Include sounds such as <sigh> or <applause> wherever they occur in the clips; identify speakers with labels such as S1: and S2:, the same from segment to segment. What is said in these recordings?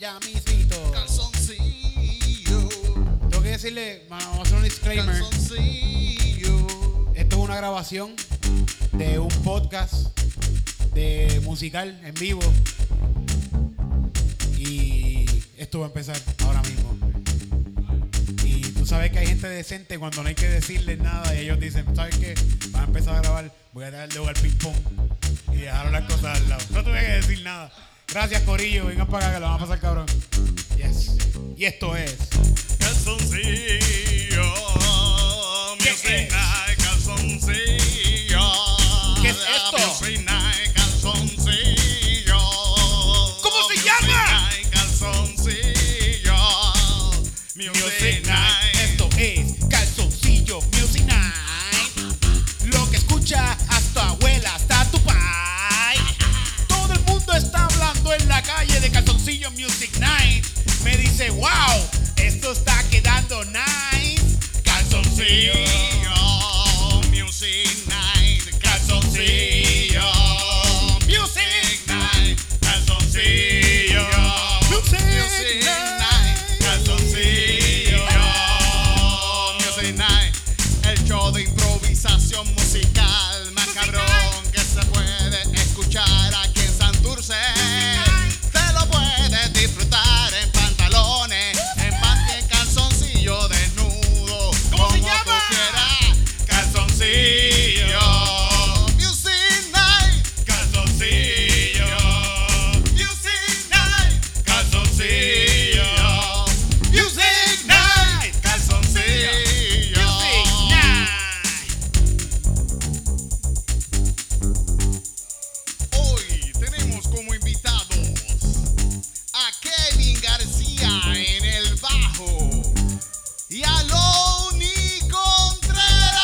S1: ya mismito.
S2: Calzoncillo.
S1: Tengo que decirle, mano, vamos a hacer un disclaimer.
S2: Calzoncillo.
S1: Esto es una grabación de un podcast de musical en vivo. Y esto va a empezar ahora mismo. Y tú sabes que hay gente decente cuando no hay que decirles nada y ellos dicen, ¿sabes qué? Van a empezar a grabar, voy a dejar de jugar ping pong y dejar las cosas al lado. No tuve que decir nada. Gracias Corillo, vengan para acá que lo van a pasar cabrón. Yes. Y esto es.
S2: Calzoncillo. Music
S1: es?
S2: Night, calzoncillo.
S1: ¿Qué es
S2: Ah,
S1: esto?
S2: Music Night, calzoncillo.
S1: ¿Cómo se
S2: Music
S1: llama?
S2: Night, calzoncillo.
S1: Music Night. Esto es Calzoncillo Music Night. Lo que escucha hasta abuela, hasta tu pai. Todo el mundo está hablando en la calle de Calzoncillo Music Night. Me dice, wow, esto está quedando nice. Calzoncillo.
S2: Calzoncillo, Music Night, calzoncillo.
S1: Music
S2: Night, calzoncillo.
S1: Music
S2: Music Night,
S1: Night.
S2: calzoncillo. Music Night, el show de improvisación musical más cabrón que se puede escuchar aquí en Santurce. Te lo puedes disfrutar en pantalones, en panty, en calzoncillo desnudo.
S1: ¿Cómo se
S2: como
S1: llama?
S2: tú quieras. Calzoncillo. Music Night. Calzoncillo. Music Night. Calzoncillo. Music Night. Calzoncillo.
S1: Music Night.
S2: Hoy tenemos como invitados a Kevin García en el bajo y a Loni Contreras.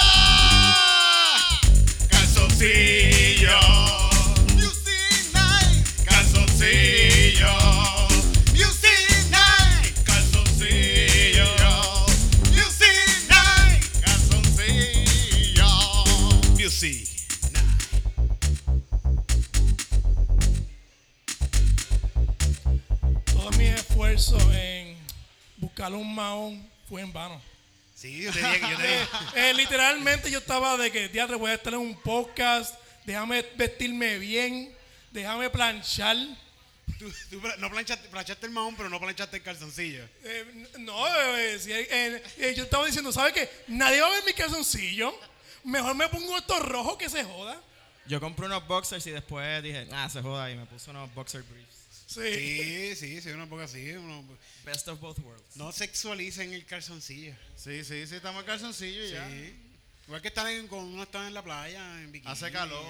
S2: Calzoncillo. Music Night. Calzoncillo. Music Night. Calzoncillo. Music Night. Calzoncillo.
S1: Music.
S3: Todo mi esfuerzo en buscar un mahón fue en vano.
S1: Sí, yo te dije que yo te dije.
S3: <laughs> Eh, literalmente yo estaba de que, diadre, voy a estar en un podcast, déjame vestirme bien, déjame planchar.
S1: Tú, tú pla- no planchaste, planchaste el mahón, pero no planchaste el calzoncillo.
S3: Eh, n- no, eh, si hay- eh, eh, yo estaba diciendo, ¿sabes qué? Nadie va a ver mi calzoncillo. Mejor me pongo esto rojo que se joda.
S4: Yo compré unos boxers y después dije, ah, se joda, y me puse unos boxer briefs.
S3: Sí.
S1: Sí, sí, sí, una poca así. uno-
S4: Best of both worlds.
S1: no sexualicen el calzoncillo.
S2: Sí, sí, sí, estamos en calzoncillo ya.
S1: Sí. Igual que están en, cuando uno está en la playa, en bikini.
S2: Hace calor,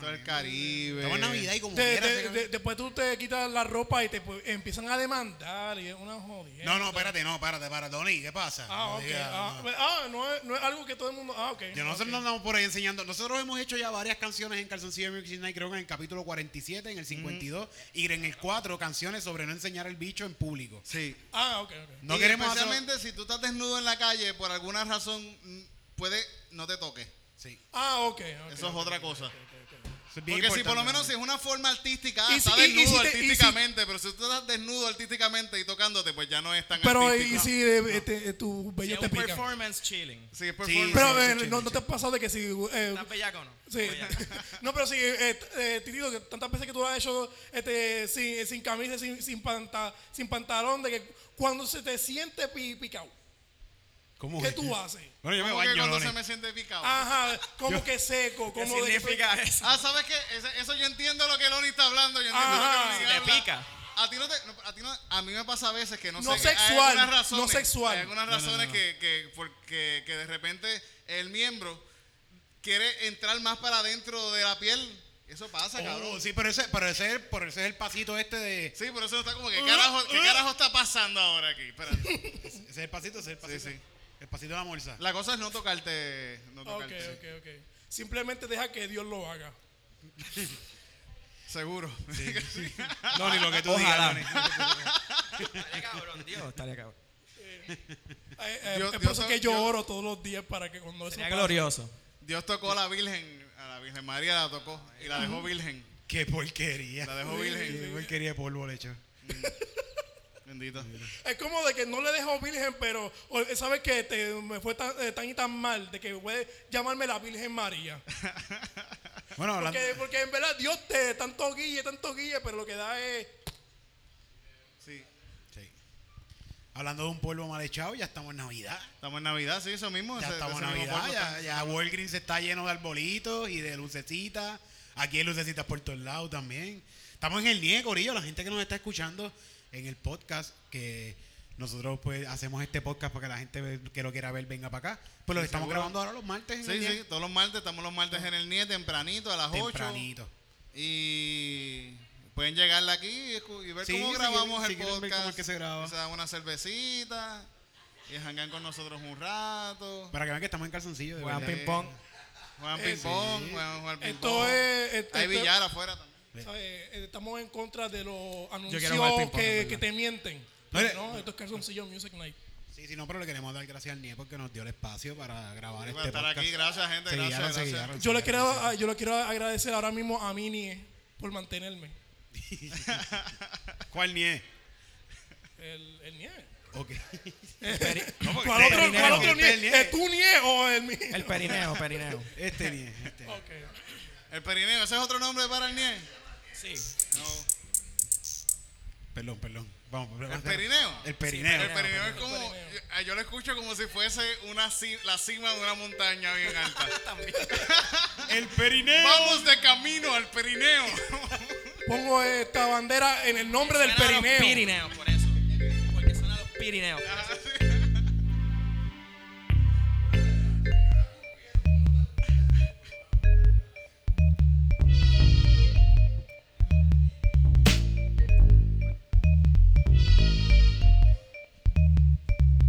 S2: todo el Caribe.
S1: Estamos en Navidad y como
S3: De-
S1: quiera,
S3: de-
S1: hace calor.
S3: de- después tú te quitas la ropa y te pu- empiezan a demandar y es una jodida.
S1: No, no, espérate, no, párate, párate. Tony, ¿qué pasa?
S3: Ah,
S1: No
S3: ok.
S1: digas,
S3: Ah,
S1: no.
S3: ah, no, es, no es algo que todo el mundo. Ah, ok.
S1: Yo nosotros
S3: ok.
S1: no andamos por ahí enseñando. Nosotros hemos hecho ya varias canciones en Calzoncillo de Music Night, creo que en el capítulo 47, en el 52 y en el 4, canciones sobre no enseñar el bicho en público.
S2: Sí.
S3: Ah, ok, ok.
S1: No
S2: Y
S1: queremos hacer-
S2: especialmente si tú estás desnudo en la calle, por alguna razón, mm, puede, no te toque.
S1: Sí. Eso
S3: Ah, ok. ok,
S2: Eso es
S3: ok,
S2: otra
S3: ok,
S2: cosa.
S3: ok, ok, ok.
S1: es bien
S2: Porque si por lo
S1: importante,
S2: menos si
S1: ¿no?
S2: es una forma artística, ah,
S3: Y
S2: está
S3: si- y- y
S2: desnudo
S3: si te- y si-
S2: artísticamente, pero si tú estás desnudo artísticamente y tocándote, pues ya no es tan
S3: Pero y
S2: artístico.
S3: si eh, este, eh, tu
S4: Si
S3: bello
S4: es
S3: te
S4: un
S3: pica.
S4: performance chilling.
S2: Sí, es
S1: Sí,
S2: performance.
S3: Pero eh,
S1: Sí, sí,
S3: no,
S1: sí,
S3: no te ha pasado de que si. eh,
S4: ¿Estás bellaco o no?
S3: sí. <laughs> no, pero si, eh, t- eh, Titito, que tantas veces que tú lo has hecho este, sin, sin camisa, sin, sin, panta- sin pantalón, de que cuando se te siente pi- picado,
S1: ¿Cómo
S3: ¿qué
S1: es?
S3: tú
S4: <laughs>
S3: haces?
S1: Bueno, yo me
S2: Como que
S1: baño.
S2: cuando
S1: Lone.
S2: se me siente picado. Ah,
S3: Ajá, como que seco,
S4: ¿Qué
S3: como de que-
S4: significa eso?
S2: <laughs> ¿sabes qué? Ese- eso yo entiendo lo que Loni está hablando. Yo entiendo
S3: Ajá.
S2: lo que Loni
S4: Le
S2: habla.
S4: pica.
S2: A ti no te, no, a ti no- a mí me pasa a veces que no,
S3: No
S2: sé, hay
S3: sexual,
S2: algunas razones,
S3: no sexual.
S2: Hay algunas
S1: no,
S2: razones
S1: no.
S2: que que porque que de repente el miembro quiere entrar más para adentro de la piel. Eso pasa,
S1: Oh,
S2: cabrón. Sí.
S1: sí, pero ese, pero, ese, pero ese es el pasito este de.
S2: por eso está como que carajo, ¿qué carajo está pasando ahora aquí? Espérate.
S1: Ese es el pasito, ese es el pasito.
S2: sí.
S1: El pasito de la morsa.
S2: La cosa es no tocarte, no
S3: Ok,
S2: tocarte.
S3: ok, ok. Simplemente deja que Dios lo haga.
S2: Seguro. <laughs>
S1: Loni, lo que tú
S4: Ojalá.
S1: digas, Loni.
S4: Estaría cabrón, Dios. Estaría cabrón.
S3: Eh, eh,
S2: Dios-
S3: es por
S2: Dios
S3: eso
S2: sabe-
S3: que yo
S2: Dios-
S3: oro todos los días para que cuando eso
S4: Sería
S3: pase-
S4: glorioso.
S2: Dios tocó a la Virgen, a la Virgen María la tocó y la dejó virgen.
S1: Qué porquería.
S2: La dejó virgen.
S1: Qué porquería de polvo le echó.
S2: Bendito.
S3: Es como de que no le dejo virgen, pero o- sabes que te, me fue tan, eh, tan y tan mal de que puede llamarme la Virgen María.
S5: Bueno, hablando.
S3: Porque, porque en verdad Dios te tanto guille, tanto guille, pero lo que da es.
S2: Sí.
S5: Sí. Hablando de un pueblo mal echado, ya estamos en Navidad.
S2: Estamos en Navidad, sí, eso mismo.
S5: Ya
S2: ese-
S5: estamos en
S2: ese mismo
S5: Navidad.
S2: pueblo
S5: Ya,
S2: está-
S5: ya Walgreens está lleno de arbolitos y de lucecitas. Aquí hay lucecitas por todos lados también. Estamos en el NIE, Corillo. La gente que nos está escuchando en el podcast, que nosotros pues hacemos este podcast para que la gente que lo quiera ver venga para acá. Pues lo
S2: Sí,
S5: estamos
S2: seguro.
S5: grabando ahora los martes en el
S2: Sí,
S5: NIE.
S2: sí, todos los martes, estamos los martes en el NIE tempranito, a las 8.
S5: Tempranito.
S2: Y pueden llegarle aquí y, escu- y ver
S5: Sí,
S2: cómo
S5: si
S2: grabamos
S5: quieren- si
S2: el
S5: quieren
S2: podcast.
S5: ver cómo es que se graba.
S2: Se dan una cervecita y jangan con nosotros un rato.
S5: Para que vean que estamos en calzoncillo. De
S4: Juegan
S5: verdad.
S4: ping pong.
S2: Juegan
S3: Eh,
S2: ping pong,
S5: sí.
S2: juegan jugar ping
S3: Esto
S2: pong.
S3: es. este-
S2: Hay
S3: esto-
S2: billar afuera también.
S3: ¿sabes? Eh, Estamos en contra de los anuncios
S4: quiero jugar ping-pong, en
S3: que,
S4: verdad.
S3: que te mienten.
S5: No, eh,
S3: No, esto es calzoncillo Music Night.
S5: Sí, sí, no, pero le queremos dar gracias al NIE porque nos dio el espacio para grabar
S2: Para
S5: este
S2: estar
S5: podcast.
S2: aquí, gracias gente,
S5: Se
S2: gracias,
S5: guiaron, se
S2: gracias.
S5: guiaron, se
S3: Yo le
S5: guiaron,
S3: quiero, ah,
S5: se guiaron.
S3: yo le quiero agradecer ahora mismo a Mini por mantenerme.
S5: ¿Cuál NIE?
S3: El, el nieve.
S5: Ok. <laughs>
S3: ¿Cuál otro,
S4: Perineo.
S3: cuál otro
S5: Este
S3: nie?
S5: es el nie.
S3: ¿Es tu nie o el mío?
S4: El perineo, perineo.
S5: Este NIE. Este.
S3: Ok.
S2: El perineo, ¿ese es otro nombre para el NIE?
S4: Sí.
S2: No.
S5: Perdón, perdón. Vamos, vamos,
S2: ¿El
S5: vamos.
S2: perineo?
S5: El perineo.
S2: El perineo es
S4: perineo.
S2: como,
S3: Perineo.
S2: yo, ah, yo lo escucho como si fuese una ci- la cima de una montaña
S5: <laughs>
S2: bien alta.
S5: El perineo.
S2: Vamos de camino al perineo.
S3: Pongo esta bandera en el nombre del perineo.
S4: Pirineos, por eso. Porque son los pirineos.
S5: <laughs>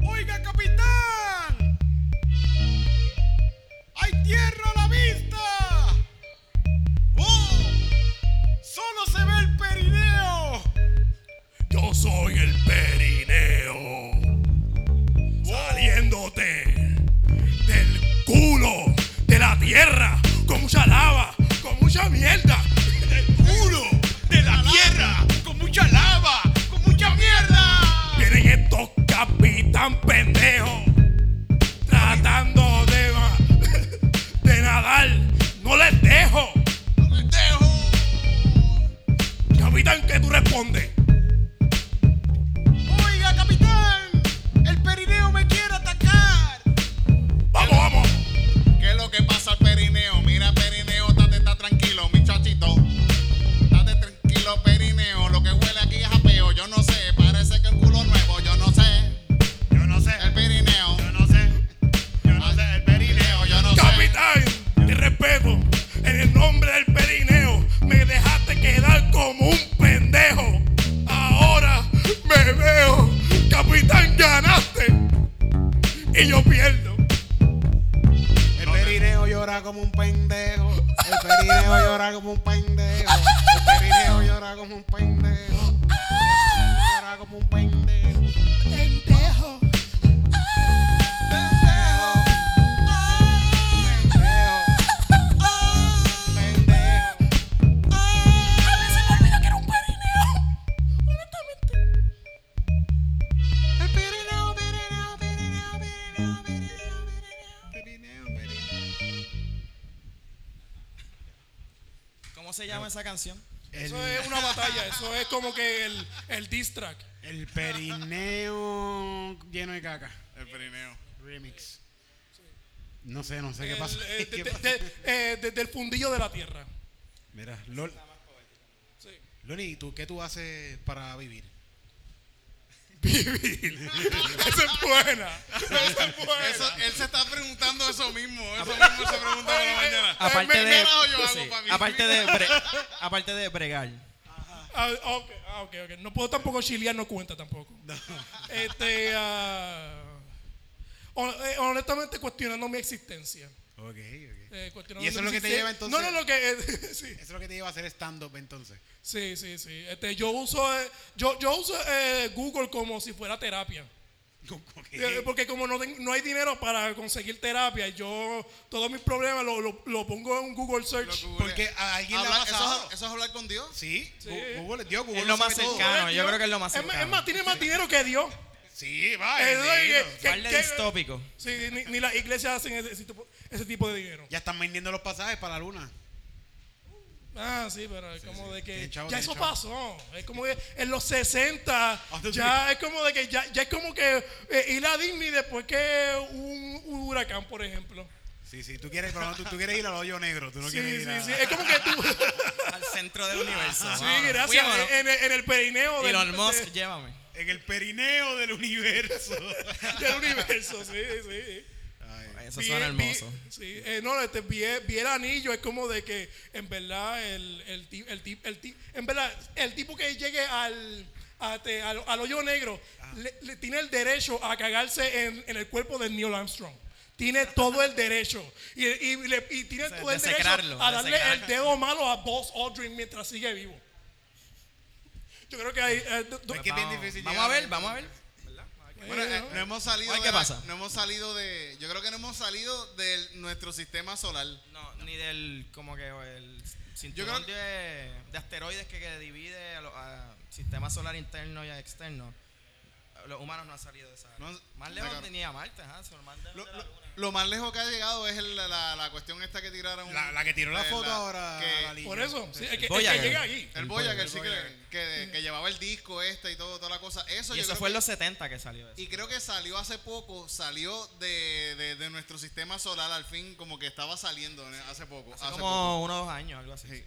S5: Oiga, capitán. Hay tierra a la vista. ¡Oh! Solo se ve el perineo.
S3: Yo soy el perineo. Saliéndote del culo de la tierra. Con mucha lava, con mucha mierda. Del culo de la tierra.
S5: Con mucha lava, con mucha mierda.
S3: Vienen estos capitán pendejos tratando de, ma- de nadar. No les dejo.
S2: No les dejo.
S3: Capitán, ¿qué tú respondes?
S2: Oiga, capitán, el perineo me quiere atacar.
S3: Vamos, vamos.
S2: ¿Qué es lo que pasa al perineo? Mira, perineo, estate está tranquilo, mi chachito. Estate tranquilo, perineo. Lo que huele aquí es apeo. Yo no sé, parece que un culo nuevo. Yo no sé.
S5: Yo no sé.
S2: El perineo.
S5: Yo no sé. Yo no sé. El perineo.
S2: Perineo, yo no sé.
S3: Capitán, te respeto. En el nombre del perineo me dejaste quedar como un pendejo. Ahora me veo. Capitán, ganaste. Y yo pierdo.
S5: El perineo llora como un pendejo. El perineo llora como un pendejo. El perineo llora como un pendejo. Llora como un pendejo. Pendejo.
S3: Pendejo.
S5: Pendejo. Pendejo.
S3: A veces me olvido que era un perineo. Honestamente.
S5: El perineo, perineo, perineo, perineo, perineo, perineo, perineo, perineo.
S4: ¿Cómo se llama esa canción?
S3: Eso
S5: El,
S3: es una batalla. Eso es como que el, el diss track.
S5: el perineo lleno de caca.
S2: El perineo.
S5: Remix. No sé, no sé qué
S3: El,
S5: pasa.
S3: eh, de-
S5: <laughs> ¿Qué
S3: de-
S5: pasa?
S3: de- eh, Desde el fundillo de la tierra.
S5: Mira, Lol.
S3: Sí.
S5: Loni, ¿y ¿tú qué tú haces para vivir?
S3: Vivir. Esa es buena. Esa es buena.
S2: Eso- él se está preguntando eso mismo. Eso mismo se pregunta por la mañana.
S3: Ah,
S4: Aparte
S2: me-
S4: de,
S2: carajo yo hago
S4: sí,
S2: pa' mí.
S4: aparte de bre- aparte de bregar.
S3: Ah, ok, ah, ok, ok. No puedo tampoco chilear, no cuenta tampoco. Este, ah, hon- eh, honestamente, cuestionando mi existencia.
S5: Ok, ok.
S3: Eh, cuestionando
S5: ¿Y eso
S3: mi
S5: es lo que te
S3: existen-
S5: lleva, entonces?
S3: No, no, lo que. eh, <laughs> sí,
S5: Eso es lo que te lleva a hacer stand-up entonces. <laughs>
S3: sí, sí. sí. Este, yo uso, eh, yo, yo uso eh, Google como si fuera terapia.
S1: ¿Cómo que?
S3: Eh, Porque como no, ten- no hay dinero para conseguir terapia, yo todos mis problemas lo, lo- lo pongo en un Google search.
S1: Porque a alguien le ha
S2: Habla-
S1: pasado.
S2: eso, es- eso es hablar con Dios.
S1: Sí,
S3: Sí.
S1: Gu- Google, Dios, Google
S4: Es lo
S1: sabe
S4: más
S1: todo.
S4: cercano. Ah, yo
S3: Dios-
S4: creo que es lo más
S3: es ma- Es,
S4: cercano.
S3: más, tiene más dinero que Dios.
S1: Sí, va.
S3: Es
S1: el
S3: lo que-
S1: dinero.
S3: que-
S4: Par de
S3: que-
S4: distópicos.
S3: Sí, ni, ni las iglesias hacen ese, ese tipo- ese tipo de dinero.
S1: Ya están vendiendo los pasajes para la luna.
S3: Ah, sí, pero es como de que
S1: Tiene chavo,
S3: ya
S1: tiene
S3: eso
S1: chavo.
S3: pasó. Es como que en los 60
S1: Ah, tú
S3: ya es como de que ya, ya es como que eh, ir a Disney después que un, un huracán, por ejemplo.
S1: Sí, sí, tú quieres, pero no, tú, tú quieres ir al hoyo negro, tú no
S3: sí,
S1: quieres ir
S3: sí,
S1: a...
S3: sí. Es como
S1: <laughs>
S3: que tú <laughs>
S4: Al centro del universo.
S3: Sí,
S4: Wow.
S3: gracias.
S4: Fuímonos.
S3: En, en el- en el perineo del,
S4: Elon Musk,
S3: de-
S4: llévame.
S1: en el perineo del universo.
S3: del universo, sí, sí.
S4: Eso
S3: Vi-
S4: suena
S3: vi-
S4: hermoso.
S3: sí, eh, no, este, vi, vi el anillo, es como de que en verdad el, el, ti- el, ti- el ti- en verdad, el tipo que llegue al, a este, al, al hoyo negro
S4: Ah.
S3: le, le tiene el derecho a cagarse en, en el cuerpo de Neil Armstrong. Tiene todo el derecho. Y, y, le- y tiene
S4: O sea,
S3: todo el derecho
S4: desecrarlo,
S3: a darle el
S4: desecrarlo.
S3: dedo malo a Buzz Aldrin mientras sigue vivo. Yo creo que hay... eh, do- do-
S1: Es que es bien difícil
S4: Vamos a
S1: llegar.
S4: ver, vamos a ver.
S2: Bueno, eh, no hemos salido.
S4: Ay, ¿qué
S2: de la-
S4: pasa?
S2: no hemos salido de. Yo creo que no hemos salido de nuestro sistema solar.
S4: No, ni del como que o el cinturón de, de asteroides que, que divide a lo- a sistema solar interno y externo. Los humanos no han salido de esa. área.
S2: No,
S4: más
S2: no,
S4: lejos
S2: claro.
S4: ni a Marte, ajá, eso, más lejos
S2: Lo,
S4: de la
S2: lo-
S4: Luna.
S2: lo más lejos que ha llegado es el- la, la cuestión esta que tiraron.
S1: La- la que tiró la foto ahora,
S2: que-
S1: Dalí.
S3: por eso, sí, el que, el que
S4: Voyager.
S3: llega ahí.
S2: el
S4: El
S2: Voyager,
S4: Voyager,
S2: sí, que, que, que llevaba el disco este y todo, toda la cosa. Eso
S4: Y
S2: yo
S4: eso
S2: creo
S4: fue en
S2: que-
S4: los 70 que salió eso.
S2: Y creo que salió hace poco, salió de, de, de nuestro sistema solar al fin, como que estaba saliendo ¿no? hace poco.
S4: Hace
S2: hace poco.
S4: como uno o dos años, algo así.
S2: Sí.
S4: sí.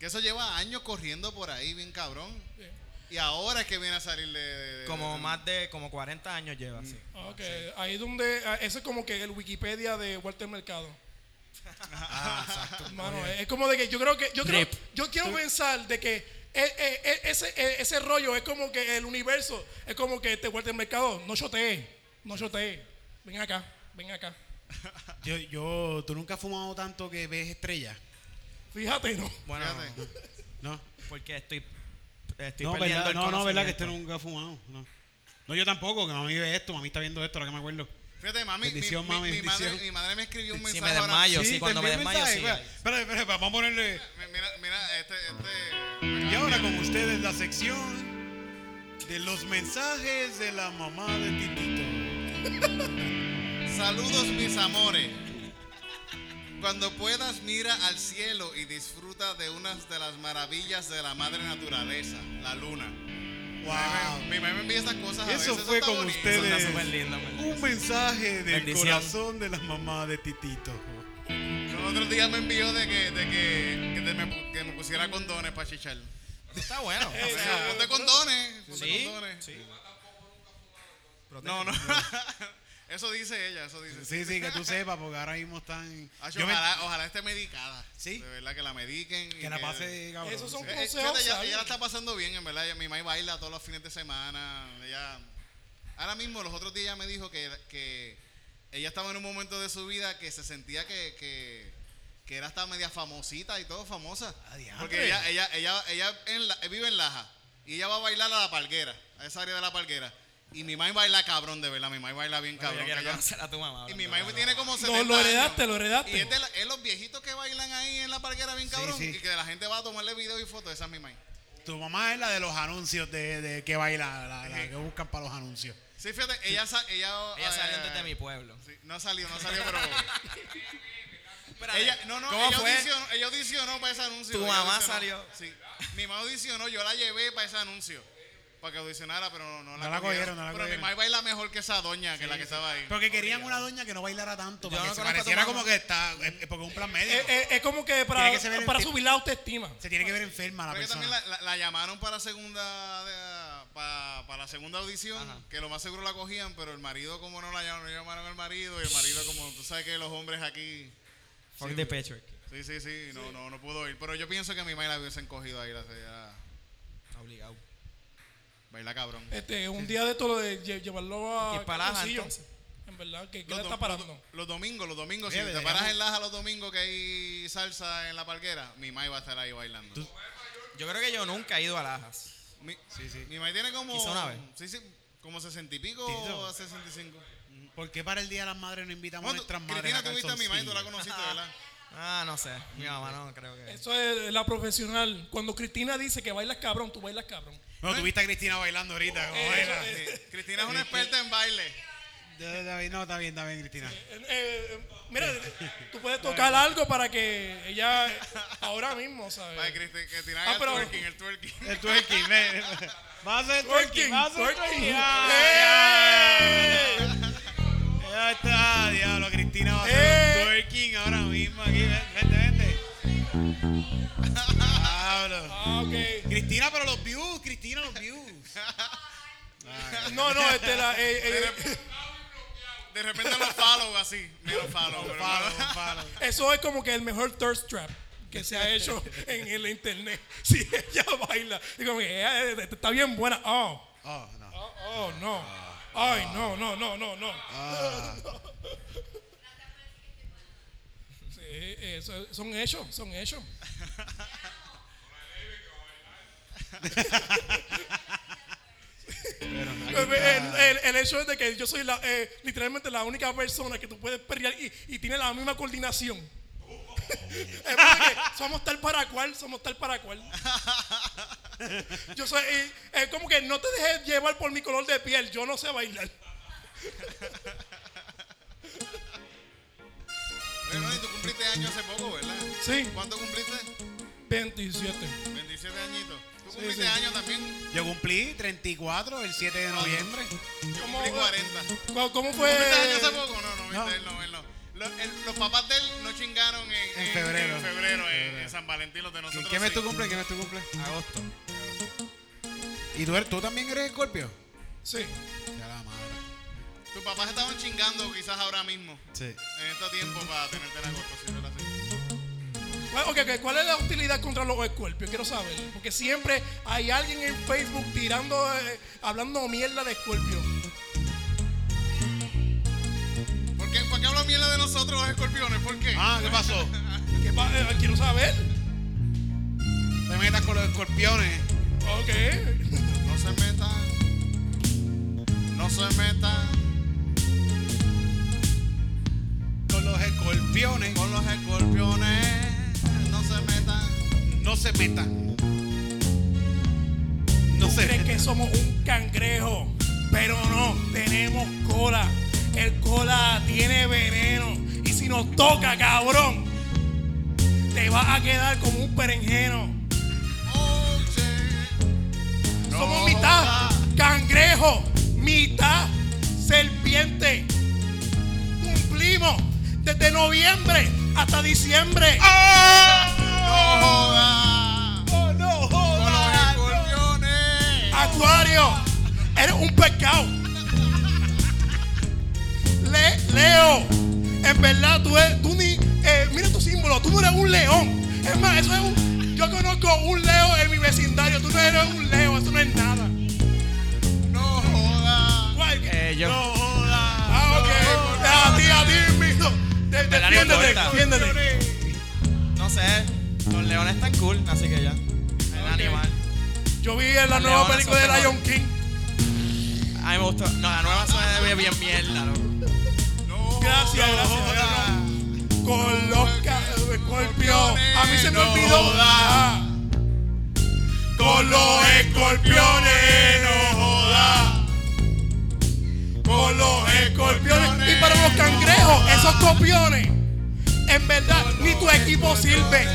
S2: Que eso lleva años corriendo por ahí, bien cabrón.
S3: Sí.
S2: Y ahora es que viene a salir de. de- de-
S4: Como
S2: de-
S4: más de como 40 años lleva,
S2: mm.
S4: sí.
S3: Ok, ahí es donde, ah, ese es como que el Wikipedia de
S2: <laughs>
S3: Walter Mercado.
S2: Ah,
S3: Mano, es es como de que yo creo que yo creo,
S4: Rip.
S3: yo quiero pensar de que eh, eh, eh, ese, eh, ese rollo es como que el universo es como que este Walter Mercado no chotee, no chotee, ven acá, ven acá,
S1: <laughs> Yo, yo, tú nunca has fumado tanto que ves estrellas,
S3: fíjate no,
S4: Bueno,
S2: Fíjate.
S1: ¿no?
S4: porque estoy estoy
S1: no,
S4: perdiendo
S1: verdad, no,
S4: el
S1: no, verdad que este
S4: conocimiento.
S1: nunca ha fumado. No, no yo tampoco, que mami ve esto, mami está viendo esto, ahora que me acuerdo.
S2: Fíjate, mami. mi-
S1: Bendición,
S2: mi,
S1: mami,
S2: mi madre,
S1: bendición.
S2: mi madre me escribió un
S4: Si me
S2: mensaje. ahora-
S4: desmayo, Yo sí,
S1: ¿te
S4: cuando me
S1: envió un
S4: desmayo,
S1: mensaje?
S4: sí,
S1: Espera,
S4: ahí.
S1: espera, espera, vamos a ponerle...
S2: Mi- Mira, mira, este. este
S1: Y ahora con ustedes la sección de los mensajes de la mamá de Titito.
S2: este, Saludos, mis amores. Cuando puedas, mira al cielo y disfruta de unas de las maravillas de la madre naturaleza, la luna.
S1: Wow.
S2: Mi mamá me envía esas cosas a
S1: Eso
S2: veces,
S1: fue
S2: está
S1: con
S2: bonito.
S1: ustedes.
S4: Suena súper lindo, en verdad.
S1: Un mensaje del
S4: Bendición.
S1: corazón de la mamá de Titito.
S2: Los otros días me envió de que, de que, que te me, pu- que me pusiera condones para chichar.
S4: Está bueno.
S2: O sea, ponte condones. Ponte
S4: sí,
S2: condones.
S4: sí.
S2: No, no. <laughs> eso dice ella, eso dice.
S1: Sí, sí, que tú sepas, porque ahora mismo están.
S2: Acho,
S1: Yo me-
S2: ojalá, ojalá esté medicada.
S1: Sí.
S2: De verdad que la mediquen. y
S1: Que la pase, cabrón.
S3: Esos son-
S2: Eh, eh,
S3: Entonces,
S2: fíjate, ella,
S3: ¿sabes?
S2: ella la está pasando bien, en verdad. Ella- Mi mamá baila todos los fines de semana. Ella, ahora mismo, los otros días ella me dijo que, que ella estaba en un momento de su vida que se sentía que, que, que era hasta media famosita y todo, famosa.
S1: Ah, diantre.
S2: Porque ella, ella, ella, ella en la- vive en Laja y ella va a bailar a la palguera, a esa área de la palguera. Y mi mamá baila cabrón, de verdad. Mi mamá baila bien
S4: Bueno,
S2: cabrón.
S4: yo quiero
S2: que ella-
S4: conocer a tu mamá.
S2: y mi
S4: hablando
S2: mamá
S4: de la-
S2: tiene como 70
S3: lo heredaste,
S2: años.
S3: lo heredaste.
S2: Y este es, de la- es los viejitos que bailan ahí en la parquera bien cabrón
S1: sí.
S2: y que la gente va a tomarle video y fotos. Esa es mi mamá.
S1: Tu mamá es la de los anuncios de, de que baila, la, la que buscan para los anuncios.
S2: Sí, fíjate, ella, sa- ella,
S4: Ella salió
S2: eh,
S4: desde mi pueblo.
S2: sí, no salió, no salió,
S4: <laughs>
S2: pero
S4: Espérate,
S2: ella, no, no,
S4: ¿Cómo
S2: ella,
S4: fue?
S2: Audicionó, ella audicionó para ese anuncio.
S4: Tu
S2: ella
S4: mamá
S2: audicionó.
S4: salió.
S2: Sí, mi mamá audicionó, yo la llevé para ese anuncio para que audicionara, pero no, no la,
S1: No la cogieron, no la
S2: pero
S1: cogieron.
S2: mi mamá baila mejor que esa doña que la que estaba ahí.
S1: Porque querían una doña que no bailara tanto,
S4: Yo
S1: para
S4: no
S1: que se
S4: conozco a tu
S1: pareciera
S4: mamá.
S1: como que está. es- es Porque es un plan médico.
S3: Eh, eh, es como que para,
S1: Tiene que se ver el
S3: para
S1: tipo.
S3: subir la autoestima.
S1: se tiene que ver enferma la
S2: eh, Porque
S1: persona.
S2: también la, la- la llamaron para segunda de- para, para la segunda audición,
S4: Ajá.
S2: que lo más seguro la cogían, pero el marido como no la llamaron, no llamaron al marido y el marido como tú sabes que los hombres aquí
S4: Fuck the Patrick.
S2: Sí, sí, sí, no no no pudo ir, pero yo pienso que mi madre la hubiesen cogido ahí la señora
S4: Obligado.
S2: baila cabrón.
S3: Este, un día de esto lo de lle- llevarlo a
S4: Y para Laja,
S3: Catoncillo.
S4: entonces.
S3: En verdad, que que
S2: Los
S3: la está
S2: dom-
S3: parando.
S2: Los domingos, los domingos,
S1: Mira,
S2: si te
S1: deberíamos-
S2: paras en Laja los domingos que hay salsa en la parquera, mi madre va a estar ahí bailando.
S4: Yo creo que yo nunca he ido a Lajas.
S2: Mi, mi madre tiene como
S4: Quizá una vez.
S2: Sí, sí, Como sesenta y pico
S5: Tito.
S2: o sesenta y cinco.
S5: ¿Por qué para el Día de las Madres no invitamos a
S2: Bueno,
S5: nuestras madres?
S2: Cristina,
S5: a
S2: tuviste a mi madre, tú la
S5: calzoncillo?
S2: conociste, ¿verdad?
S4: Ah, no sé. Mi mamá no creo que.
S3: Eso es la profesional. Cuando Cristina dice que bailas cabrón, tú bailas cabrón. Eh,
S5: No, tuviste a Cristina bailando ahorita.
S2: Eh.
S5: como baila.
S2: Ah, Sí. <laughs> Cristina es una experta en baile.
S5: Ya, ya, ya, No, está bien, está bien, Cristina.
S3: Eh, eh, mira, tú puedes tocar algo para que ella ahora mismo,
S2: Para
S3: ¿sabes?
S2: Cristi- Cristina
S3: Ah,
S2: haga
S3: pero-
S2: el twerking, el twerking. <laughs>
S5: El twerking, ve. Va a hacer
S3: Twerking,
S5: twerking, va a hacer
S3: twerking.
S5: twerking. ¡Ay, ay! Ya está, diablo, Cristina va a hacer
S3: ¡Eh!
S5: un twerking ahora mismo aquí. ven, Vente, vente. Diablo.
S3: Ah, ok.
S5: Cristina, pero los views, Cristina, los views.
S3: No, no, este la. eh, eh,
S2: De repente los follow así. Me los follow. pero no-
S5: Palo,
S2: <laughs>
S5: palo.
S3: eso es como que el mejor thirst trap que se ha hecho en el internet. <laughs> Si ella baila, digo, ella eh, está bien buena. Oh,
S5: Oh, no.
S3: oh, oh, no. Ay, no, no, no, no, no.
S5: Ah.
S3: Sí, eso- son hechos, son hechos. Eh, El, el- el hecho es de que yo soy la, eh, literalmente la única persona que tú puedes perrear y, y tiene la misma coordinación. <laughs> Es verdad que somos tal para cual, somos tal para cual. Yo soy, eh, es como que no te dejes llevar por mi color de piel, yo no sé bailar.
S2: Oye, Ronnie, tú cumpliste años hace poco, ¿verdad?
S3: Sí.
S2: ¿Cuánto cumpliste?
S3: 27.
S2: 27 añitos. ¿Tú
S3: Sí,
S2: cumpliste
S3: sí.
S2: años también?
S5: Yo cumplí 34 el 7 de noviembre.
S2: Yo cumplí 40.
S3: ¿Cómo, cómo fue?
S2: ¿Cumpliste años hace poco? No, no,
S5: Eh, No.
S2: viste, él no, él no. Los, el- los papás de él no chingaron en,
S5: En febrero.
S2: En febrero, en, en San Valentín, los de
S5: ¿En
S2: nosotros.
S5: qué mes
S2: sí.
S5: tú cumples? ¿En qué mes tú cumples?
S4: Agosto.
S5: ¿Y tú, eres- tú también eres escorpio?
S3: Sí.
S5: Ya la madre.
S2: Tus papás estaban chingando quizás ahora mismo.
S5: Sí.
S2: En este tiempo para tenerte en agosto, si no lo haces.
S3: Bueno, ok, ok, ¿Cuál es la utilidad contra los escorpios? Quiero saber. Porque siempre hay alguien en Facebook tirando, eh, hablando mierda de escorpio.
S2: ¿Por qué, ¿Por qué hablan mierda de nosotros los escorpiones? ¿Por qué?
S5: Ah, ¿qué
S2: <laughs>
S5: pasó?
S3: ¿Qué pa- eh, quiero saber.
S5: Te metas con los escorpiones.
S3: Ok.
S2: No se metan. No se metan
S5: Con los escorpiones.
S2: con los escorpiones. No se metan.
S5: No se metan. No se
S3: Crees
S5: metan.
S3: que somos un cangrejo, pero no, tenemos cola. El cola tiene veneno. Y si nos toca, cabrón, te vas a quedar como un berenjeno.
S2: Oye. No
S3: Somos mitad
S2: joda.
S3: cangrejo, mitad serpiente. Cumplimos desde noviembre hasta diciembre.
S2: Ah. No joda.
S3: ¡Oh, no
S2: Con los
S3: joda!
S2: escorpiones.
S3: Acuario, eres un pecado. Le- Leo, en verdad tú, eres- tú ni. eh, mira tu símbolo, tú no eres un león. Es más, eso es un. Yo conozco un leo en mi vecindario. Tú no eres un leo, eso no es nada.
S2: No joda.
S3: Guay, que-
S4: Eh, yo.
S5: No joda.
S3: Ah, ok. A ti, a ti, mismo. De-
S4: verdad no
S3: Defiéndete,
S4: importa.
S3: defiéndete.
S4: No sé. Los leones están cool, así que ya. El
S3: Ok.
S4: animal.
S3: Yo vi en la
S4: Los
S3: nueva
S4: leones
S3: película de
S4: son
S3: Lion King.
S4: A mí me gustó. No, la nueva suena de bien mierda, loco.
S2: No
S3: Gracias, gracias.
S2: joda.
S3: Con los ca- escorpiones. A mí se me
S2: No
S3: olvidó.
S2: joda.
S3: Ah. Con los escorpiones. No joda. Con los escorpiones. Y para los cangrejos, esos copiones. En verdad, ni tu equipo sirve.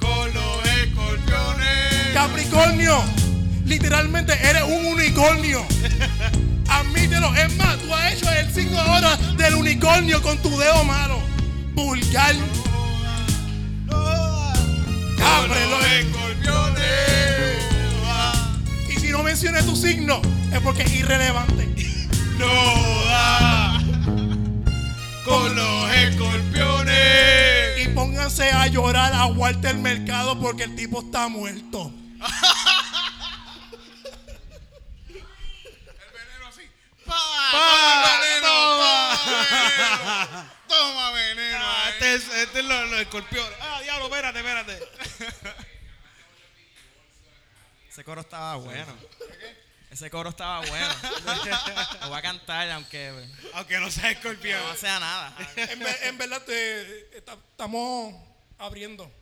S2: Con los escorpiones.
S3: Capricornio, literalmente eres un unicornio. Admítelo, es más, tú has hecho el signo ahora del unicornio con tu dedo malo. Vulgar. Ábrelo.
S2: escorpiones.
S3: Y si no mencioné tu signo, es porque es irrelevante.
S2: No
S3: <laughs>
S2: da. Con los escorpiones.
S3: Y pónganse a llorar a Walter Mercado porque el tipo está muerto.
S2: El veneno así. Pa, toma veneno. Toma veneno. Toma veneno.
S5: Ah,
S2: eh.
S5: este es, este es lo- los escorpiones. Ah, diablo, espérate, espérate.
S4: Ese coro estaba bueno. Ese coro estaba bueno. Lo voy a cantar, aunque
S5: Aunque no sea escorpión.
S4: no sea nada.
S3: En, ve- en verdad te- esta- estamos abriendo